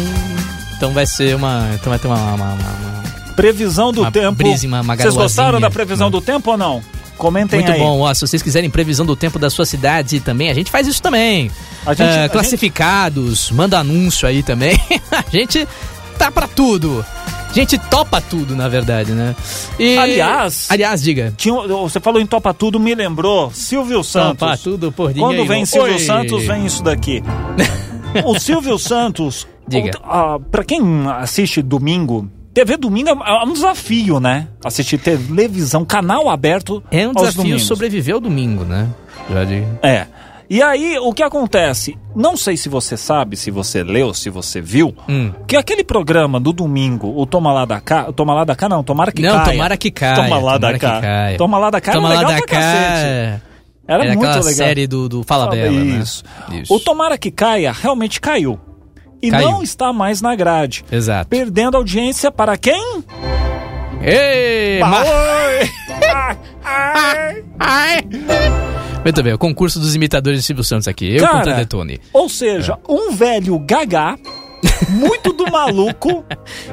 [SPEAKER 1] Então vai ser uma. Então vai ter uma. uma- uma- uma-
[SPEAKER 5] Previsão do
[SPEAKER 1] Uma
[SPEAKER 5] tempo.
[SPEAKER 1] brisa, uma- uma
[SPEAKER 5] Vocês gostaram
[SPEAKER 1] garoazinha,
[SPEAKER 5] da previsão
[SPEAKER 1] né?
[SPEAKER 5] do tempo ou não? Comentem
[SPEAKER 1] Muito
[SPEAKER 5] aí.
[SPEAKER 1] bom, ó. Se vocês quiserem previsão do tempo da sua cidade também, a gente faz isso também.
[SPEAKER 5] A gente-
[SPEAKER 1] Ah,
[SPEAKER 5] a
[SPEAKER 1] classificados, manda anúncio aí também. a gente tá pra tudo. A gente topa tudo, na verdade, né? E-
[SPEAKER 5] Aliás-
[SPEAKER 1] Aliás, diga.
[SPEAKER 5] Tinha- um, você falou em Topa Tudo, me lembrou Silvio Santos.
[SPEAKER 1] Topa tudo por dinheiro.
[SPEAKER 5] Quando vem Silvio
[SPEAKER 1] Oi.
[SPEAKER 5] Santos, vem isso daqui. o Silvio Santos,
[SPEAKER 1] Diga.
[SPEAKER 5] o- ah, pra quem assiste domingo, TV domingo é um desafio, né? Assistir televisão, canal aberto.
[SPEAKER 1] É um
[SPEAKER 5] aos
[SPEAKER 1] desafio
[SPEAKER 5] domingos.
[SPEAKER 1] sobreviver ao domingo, né? Já digo.
[SPEAKER 5] É. E aí, o que acontece? Não sei se você sabe, se você leu, se você viu,
[SPEAKER 1] Hum.
[SPEAKER 5] que aquele programa do domingo, o Toma Lá da Cá, Toma Lá da Cá não, Tomara que
[SPEAKER 1] Não,
[SPEAKER 5] caia.
[SPEAKER 1] tomara que caia.
[SPEAKER 5] Toma Lá da
[SPEAKER 1] tomara que
[SPEAKER 5] Cá.
[SPEAKER 1] caia.
[SPEAKER 5] Toma Lá da Cá
[SPEAKER 1] Toma
[SPEAKER 5] era
[SPEAKER 1] lá
[SPEAKER 5] legal
[SPEAKER 1] da
[SPEAKER 5] pra cacete.
[SPEAKER 1] cá.
[SPEAKER 5] Era,
[SPEAKER 1] Era
[SPEAKER 5] muito
[SPEAKER 1] aquela
[SPEAKER 5] legal.
[SPEAKER 1] série do, do Fala
[SPEAKER 5] Fala
[SPEAKER 1] Bela, né?
[SPEAKER 5] isso. O Tomara que Caia realmente caiu. E
[SPEAKER 1] Caiu.
[SPEAKER 5] não está mais na grade.
[SPEAKER 1] Exato.
[SPEAKER 5] Perdendo audiência para quem?
[SPEAKER 1] Ei,
[SPEAKER 5] Para-
[SPEAKER 1] É ma-
[SPEAKER 5] Oi! Ai.
[SPEAKER 1] Muito bem, o concurso dos imitadores de Silvio Santos aqui. Eu
[SPEAKER 5] Cara,
[SPEAKER 1] É. contra a Detone.
[SPEAKER 5] Ou seja, um velho gaga muito do maluco,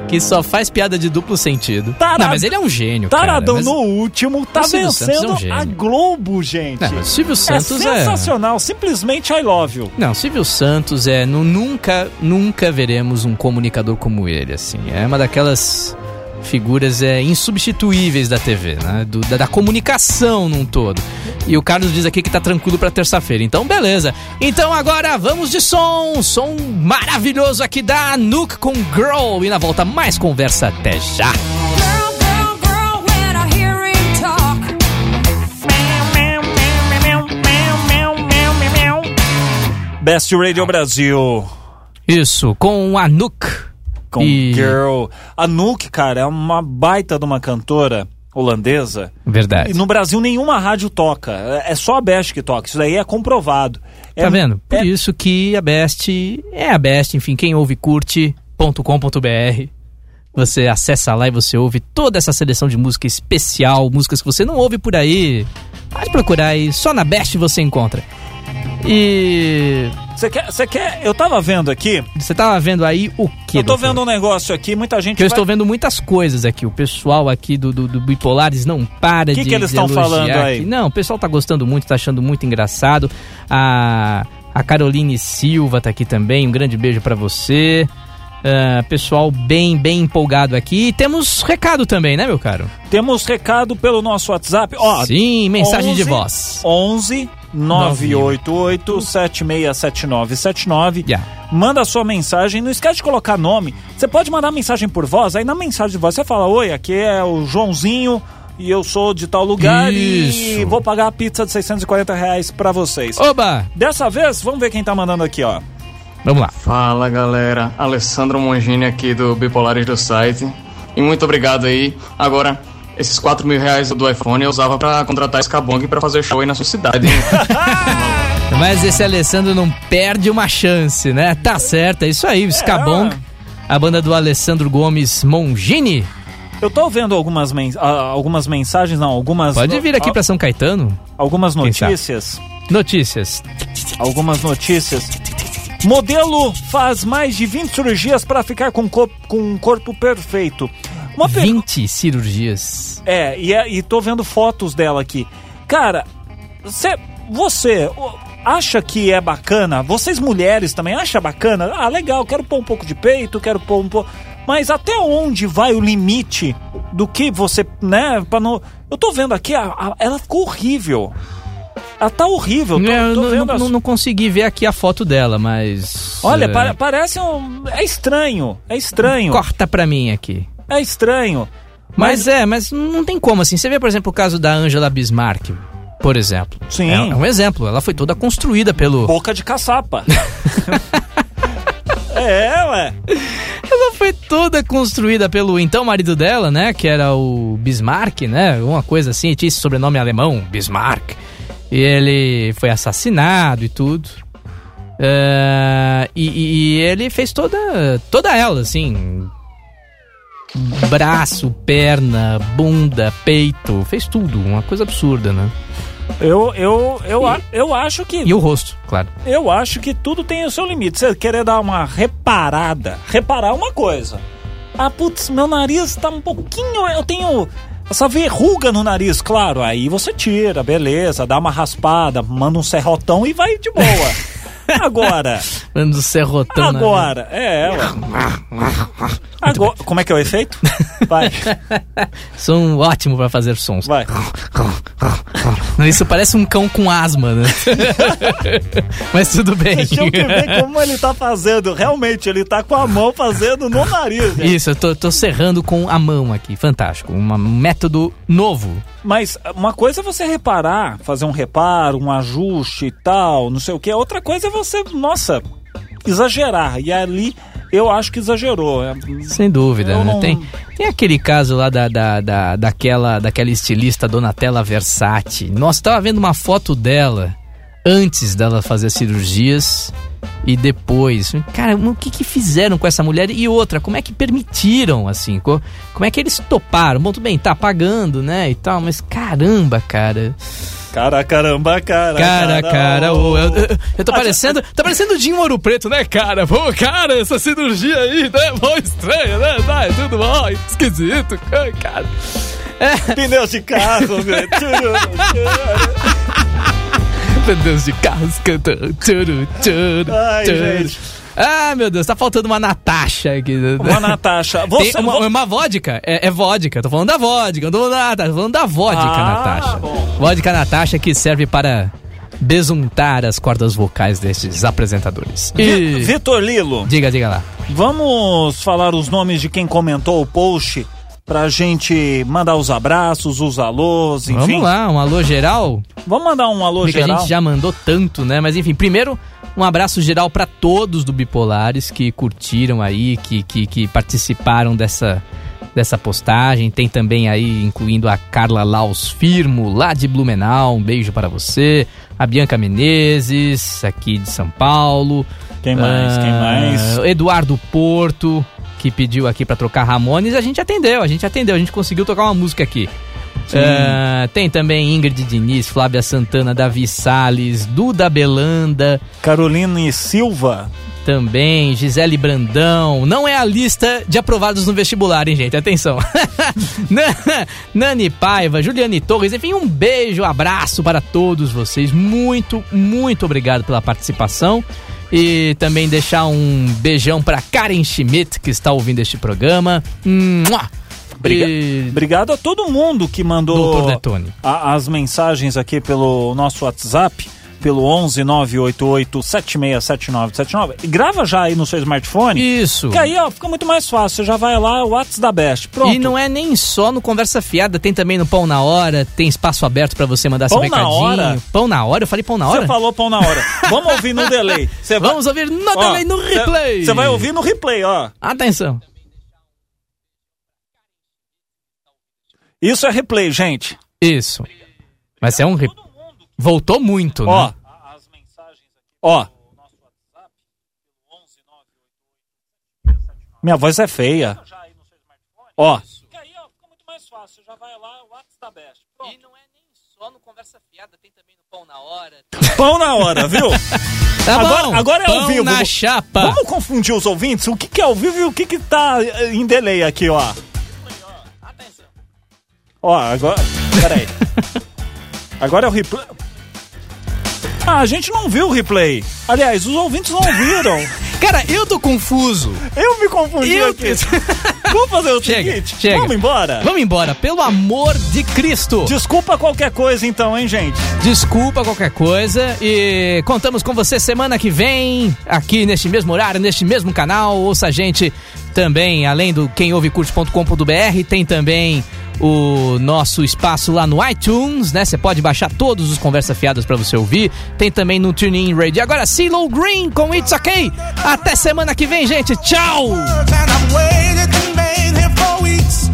[SPEAKER 1] Que só faz piada de duplo sentido.
[SPEAKER 5] Tarado-
[SPEAKER 1] Não, mas ele é um gênio. cara,
[SPEAKER 5] taradão
[SPEAKER 1] mas-
[SPEAKER 5] no último, tá
[SPEAKER 1] o Silvio Santos é um
[SPEAKER 5] vencendo a
[SPEAKER 1] gênio.
[SPEAKER 5] Globo, gente.
[SPEAKER 1] Não, mas Silvio
[SPEAKER 5] é
[SPEAKER 1] Santos é.
[SPEAKER 5] sensacional, simplesmente I love you.
[SPEAKER 1] Não, Silvio Santos é. nu- nunca, nunca veremos um comunicador como ele, assim. É uma daquelas figuras é, insubstituíveis da TV, né? Do- da, da comunicação num todo. E o Carlos diz aqui que tá tranquilo pra terça-feira. Então, beleza. Então agora vamos de som. Som maravilhoso aqui da Nuke com Grow. E na volta, mais conversa até já.
[SPEAKER 10] Girl, girl, girl, when I hear him talk,
[SPEAKER 5] Best Radio Brasil.
[SPEAKER 1] Isso, com a Nuke.
[SPEAKER 5] com
[SPEAKER 1] E-
[SPEAKER 5] Girl. A Nuke, cara, é uma baita de uma cantora holandesa.
[SPEAKER 1] Verdade.
[SPEAKER 5] E no Brasil nenhuma rádio toca. É é só a Best que toca. Isso daí é comprovado. É,
[SPEAKER 1] Tá vendo? Por
[SPEAKER 5] é-
[SPEAKER 1] isso que a Best é a Best, enfim, quem ouve curte.com.br. Você acessa lá e você ouve toda essa seleção de música especial, músicas que você não ouve por aí. Pode procurar aí, só na Best você encontra. E
[SPEAKER 5] Você quer, você quer. Eu tava vendo aqui.
[SPEAKER 1] você tava vendo aí o que?
[SPEAKER 5] eu tô vendo um negócio aqui. Muita gente.
[SPEAKER 1] que eu
[SPEAKER 5] vai-
[SPEAKER 1] estou vendo muitas coisas aqui. O pessoal aqui do, do, do Bipolares não para
[SPEAKER 5] Que
[SPEAKER 1] de.
[SPEAKER 5] que eles
[SPEAKER 1] de
[SPEAKER 5] tão
[SPEAKER 1] elogiar
[SPEAKER 5] falando aí?
[SPEAKER 1] aqui. Não, o pessoal tá gostando muito, tá achando muito engraçado. A, a Caroline Silva tá aqui também. Um grande beijo pra você. Ah, pessoal bem, bem empolgado aqui. E temos recado também, né, meu caro?
[SPEAKER 5] Temos recado pelo nosso WhatsApp. Ó,
[SPEAKER 1] Sim, mensagem de
[SPEAKER 5] 11,
[SPEAKER 1] voz.
[SPEAKER 5] 11 988 767979.
[SPEAKER 1] Yeah.
[SPEAKER 5] Manda sua mensagem, não esquece de colocar nome. Você pode mandar mensagem por voz, aí na mensagem de voz você fala: Oi, aqui é o Joãozinho e eu sou de tal lugar e
[SPEAKER 1] Isso.
[SPEAKER 5] vou pagar a pizza de 640 reais pra vocês.
[SPEAKER 1] Oba!
[SPEAKER 5] Dessa vez, vamos ver quem tá mandando aqui, ó.
[SPEAKER 1] Vamos lá.
[SPEAKER 11] Fala galera, Alessandro Mongini aqui do Bipolares do site. E muito obrigado aí. Agora, esses 4 mil reais do iPhone eu usava pra contratar esse Cabong pra fazer show aí na sua cidade.
[SPEAKER 1] Mas esse Alessandro não perde uma chance, né? Tá certo, é isso aí. O Scabong, a banda do Alessandro Gomes Mongini.
[SPEAKER 5] Eu tô vendo algumas, mens ah, algumas mensagens, não, algumas.
[SPEAKER 1] Pode
[SPEAKER 5] no-
[SPEAKER 1] vir aqui
[SPEAKER 5] ah,
[SPEAKER 1] pra São Caetano.
[SPEAKER 5] Algumas
[SPEAKER 1] Quem sabe?
[SPEAKER 5] notícias.
[SPEAKER 1] Notícias.
[SPEAKER 5] algumas notícias. Modelo faz mais de 20 cirurgias para ficar com, co- com um corpo perfeito. Uma per...
[SPEAKER 1] 20 cirurgias.
[SPEAKER 5] É, e, é- e tô vendo fotos dela aqui. Cara, cê- você o- acha que é bacana? Vocês mulheres também acham bacana? Ah, legal, quero pôr um pouco de peito, quero pôr um pouco... Mas até onde vai o limite do que você, né, pra não... Eu tô vendo aqui, a- a- ela ficou horrível. Ela tá horrível. Tô,
[SPEAKER 1] É, eu
[SPEAKER 5] tô
[SPEAKER 1] não-
[SPEAKER 5] vendo
[SPEAKER 1] não,
[SPEAKER 5] as-
[SPEAKER 1] não consegui ver aqui a foto dela, mas.
[SPEAKER 5] Olha,
[SPEAKER 1] eh,
[SPEAKER 5] pa- parece um. É estranho. É estranho.
[SPEAKER 1] Corta pra mim aqui.
[SPEAKER 5] É estranho.
[SPEAKER 1] Mas, é, mas não tem como assim. Você vê, por exemplo, o caso da Angela Bismarck, por exemplo.
[SPEAKER 5] Sim.
[SPEAKER 1] É, é um exemplo. Ela foi toda construída pelo.
[SPEAKER 5] Boca de caçapa. é, ué.
[SPEAKER 1] Ela foi toda construída pelo então marido dela, né? Que era o Bismarck, né? Uma coisa assim, tinha esse sobrenome alemão, Bismarck. E ele foi assassinado e tudo. É, e, e- e ele fez toda, toda ela, assim. Braço, perna, bunda, peito, fez tudo, uma coisa absurda, né?
[SPEAKER 5] Eu, eu, eu, a- eu acho que.
[SPEAKER 1] E o rosto, claro.
[SPEAKER 5] Eu acho que tudo tem o seu limite. Você querer dar uma reparada, reparar uma coisa. Ah, putz, meu nariz tá um pouquinho. Eu tenho essa verruga no nariz, claro. Aí você tira, beleza, dá uma raspada, manda um serrotão e vai de boa. Agora.
[SPEAKER 1] Mano,
[SPEAKER 5] Então,
[SPEAKER 1] serrotão. né?
[SPEAKER 5] Agora, é ela. Agora, como é que é o efeito? Vai,
[SPEAKER 1] São um ótimo pra fazer sons.
[SPEAKER 5] vai.
[SPEAKER 1] Isso parece um cão com asma, né? Mas tudo bem.
[SPEAKER 5] Deixa eu que ver como ele tá fazendo. Realmente, ele tá com a mão fazendo no nariz. né?
[SPEAKER 1] Isso, eu tô, tô serrando com a mão aqui. Fantástico. Um método novo.
[SPEAKER 5] Mas uma coisa é você reparar, fazer um reparo, um ajuste e tal, não sei o que. Outra coisa é você, nossa, exagerar. E ali eu acho que exagerou. É,
[SPEAKER 1] Sem dúvida,
[SPEAKER 5] Eu
[SPEAKER 1] né?
[SPEAKER 5] não-
[SPEAKER 1] Tem, tem aquele caso lá da, da, da- daquela, daquela estilista Donatella Versace. Nossa, tava vendo uma foto dela antes dela fazer as cirurgias e depois. Cara, o que que fizeram com essa mulher? E outra, como é que permitiram, assim? Co- Como é que eles toparam? Bom, tudo bem, tá pagando, né, e tal, mas caramba, cara...
[SPEAKER 5] Cara, caramba, cara.
[SPEAKER 1] Cara, cara, ô, eu, eu- eu tô parecendo. Tá parecendo o Dinho Ouro Preto, né, cara? Pô, cara, essa cirurgia aí, né? Mó estranha, né? Tá, é tudo mó esquisito, cara. É.
[SPEAKER 5] Pneus de carro, velho.
[SPEAKER 1] Pneus de carros cantando. Tchuru, tchuru,
[SPEAKER 5] Ai,
[SPEAKER 1] tchuru.
[SPEAKER 5] gente.
[SPEAKER 1] Ah, meu Deus, tá faltando uma Natasha aqui.
[SPEAKER 5] Uma Natasha. Você,
[SPEAKER 1] Tem um uma,
[SPEAKER 5] vo-
[SPEAKER 1] uma vodka? É, é vodka. Tô falando da vodka. Não tô falando da Natasha. Tô falando da vodka,
[SPEAKER 5] Ah,
[SPEAKER 1] Natasha. Vodka Natasha que serve para besuntar as cordas vocais destes apresentadores.
[SPEAKER 5] Vi-
[SPEAKER 1] E...
[SPEAKER 5] Vitor Lilo,
[SPEAKER 1] Diga, diga lá.
[SPEAKER 5] vamos falar os nomes de quem comentou o post pra gente mandar os abraços, os alôs, enfim.
[SPEAKER 1] Vamos lá, um alô geral.
[SPEAKER 5] Vamos mandar um alô
[SPEAKER 1] Porque a
[SPEAKER 5] geral.
[SPEAKER 1] gente já mandou tanto, né? Mas enfim, primeiro, um abraço geral pra todos do Bipolares que curtiram aí, que, que, que participaram dessa, dessa postagem. Tem também aí, incluindo a Carla Laus Firmo, lá de Blumenau. Um beijo para você. A Bianca Menezes, aqui de São Paulo.
[SPEAKER 5] Quem mais? Quem
[SPEAKER 1] Ah,
[SPEAKER 5] mais?
[SPEAKER 1] Eduardo Porto, que pediu aqui pra trocar Ramones. A gente atendeu, a gente atendeu, a gente conseguiu tocar uma música aqui. Ah, tem também Ingrid Diniz, Flávia Santana, Davi Salles, Duda Belanda,
[SPEAKER 5] Carolina e Silva.
[SPEAKER 1] também Gisele Brandão. Não é a lista de aprovados no vestibular, hein, gente? Atenção. Na- Nani Paiva, Juliane Torres, enfim, um beijo, um abraço para todos vocês. Muito, muito obrigado pela participação. E também deixar um beijão para Karen Schmidt, que está ouvindo este programa. Mua!
[SPEAKER 5] Obriga-
[SPEAKER 1] E-
[SPEAKER 5] Obrigado a todo mundo que mandou
[SPEAKER 1] Doutor Detone.
[SPEAKER 5] a- as mensagens aqui pelo nosso WhatsApp, pelo 11 988 767979. E Grava já aí no seu smartphone.
[SPEAKER 1] Isso.
[SPEAKER 5] Que aí, ó, fica muito mais fácil. Você já vai lá, o WhatsApp da Best. Pronto.
[SPEAKER 1] E não é nem só no Conversa Fiada, tem também no Pão na Hora, tem espaço aberto pra você mandar
[SPEAKER 5] Pão
[SPEAKER 1] seu
[SPEAKER 5] na
[SPEAKER 1] recadinho.
[SPEAKER 5] Hora?
[SPEAKER 1] Pão na hora? Eu falei pão na hora?
[SPEAKER 5] Você falou pão na hora. Vamos ouvir no delay. Você vai-
[SPEAKER 1] Vamos ouvir no
[SPEAKER 5] ó,
[SPEAKER 1] delay, no
[SPEAKER 5] cê-
[SPEAKER 1] replay.
[SPEAKER 5] Você vai ouvir no replay, ó.
[SPEAKER 1] Atenção.
[SPEAKER 5] Isso é replay, gente.
[SPEAKER 1] Isso. Mas é um re... Voltou muito,
[SPEAKER 5] Ó.
[SPEAKER 1] né?
[SPEAKER 5] Ó. Minha voz é feia. Ó. tá
[SPEAKER 1] E não é nem só no Conversa Fiada, tem também no Pão na Hora.
[SPEAKER 5] Pão na hora, viu?
[SPEAKER 1] Tá
[SPEAKER 5] Agora-
[SPEAKER 1] bom.
[SPEAKER 5] agora é ao
[SPEAKER 1] pão
[SPEAKER 5] vivo.
[SPEAKER 1] na chapa.
[SPEAKER 5] Vamos confundir os ouvintes? O que, que é ao vivo e o que, que tá eh, em delay aqui, ó. Ó, agora. Peraí. Agora é o replay. Ah, a gente não viu o replay. Aliás, os ouvintes não ouviram.
[SPEAKER 1] Cara, eu tô confuso.
[SPEAKER 5] Eu me confundi
[SPEAKER 1] Eu-
[SPEAKER 5] aqui. Vamos fazer o
[SPEAKER 1] Chega,
[SPEAKER 5] seguinte?
[SPEAKER 1] chega.
[SPEAKER 5] Vamos embora?
[SPEAKER 1] Vamos embora, pelo amor de Cristo.
[SPEAKER 5] Desculpa qualquer coisa então, hein, gente?
[SPEAKER 1] Desculpa qualquer coisa e contamos com você semana que vem, aqui neste mesmo horário, neste mesmo canal. Ouça a gente também, além do quemouvecurte.com.br, tem também o nosso espaço lá no iTunes, né? Você pode baixar todos os Conversa Fiadas para você ouvir. Tem também no TuneIn Radio. Agora, CeeLo Green com It's OK. Até semana que vem, gente. Tchau!
[SPEAKER 2] And I've waited and made here for weeks.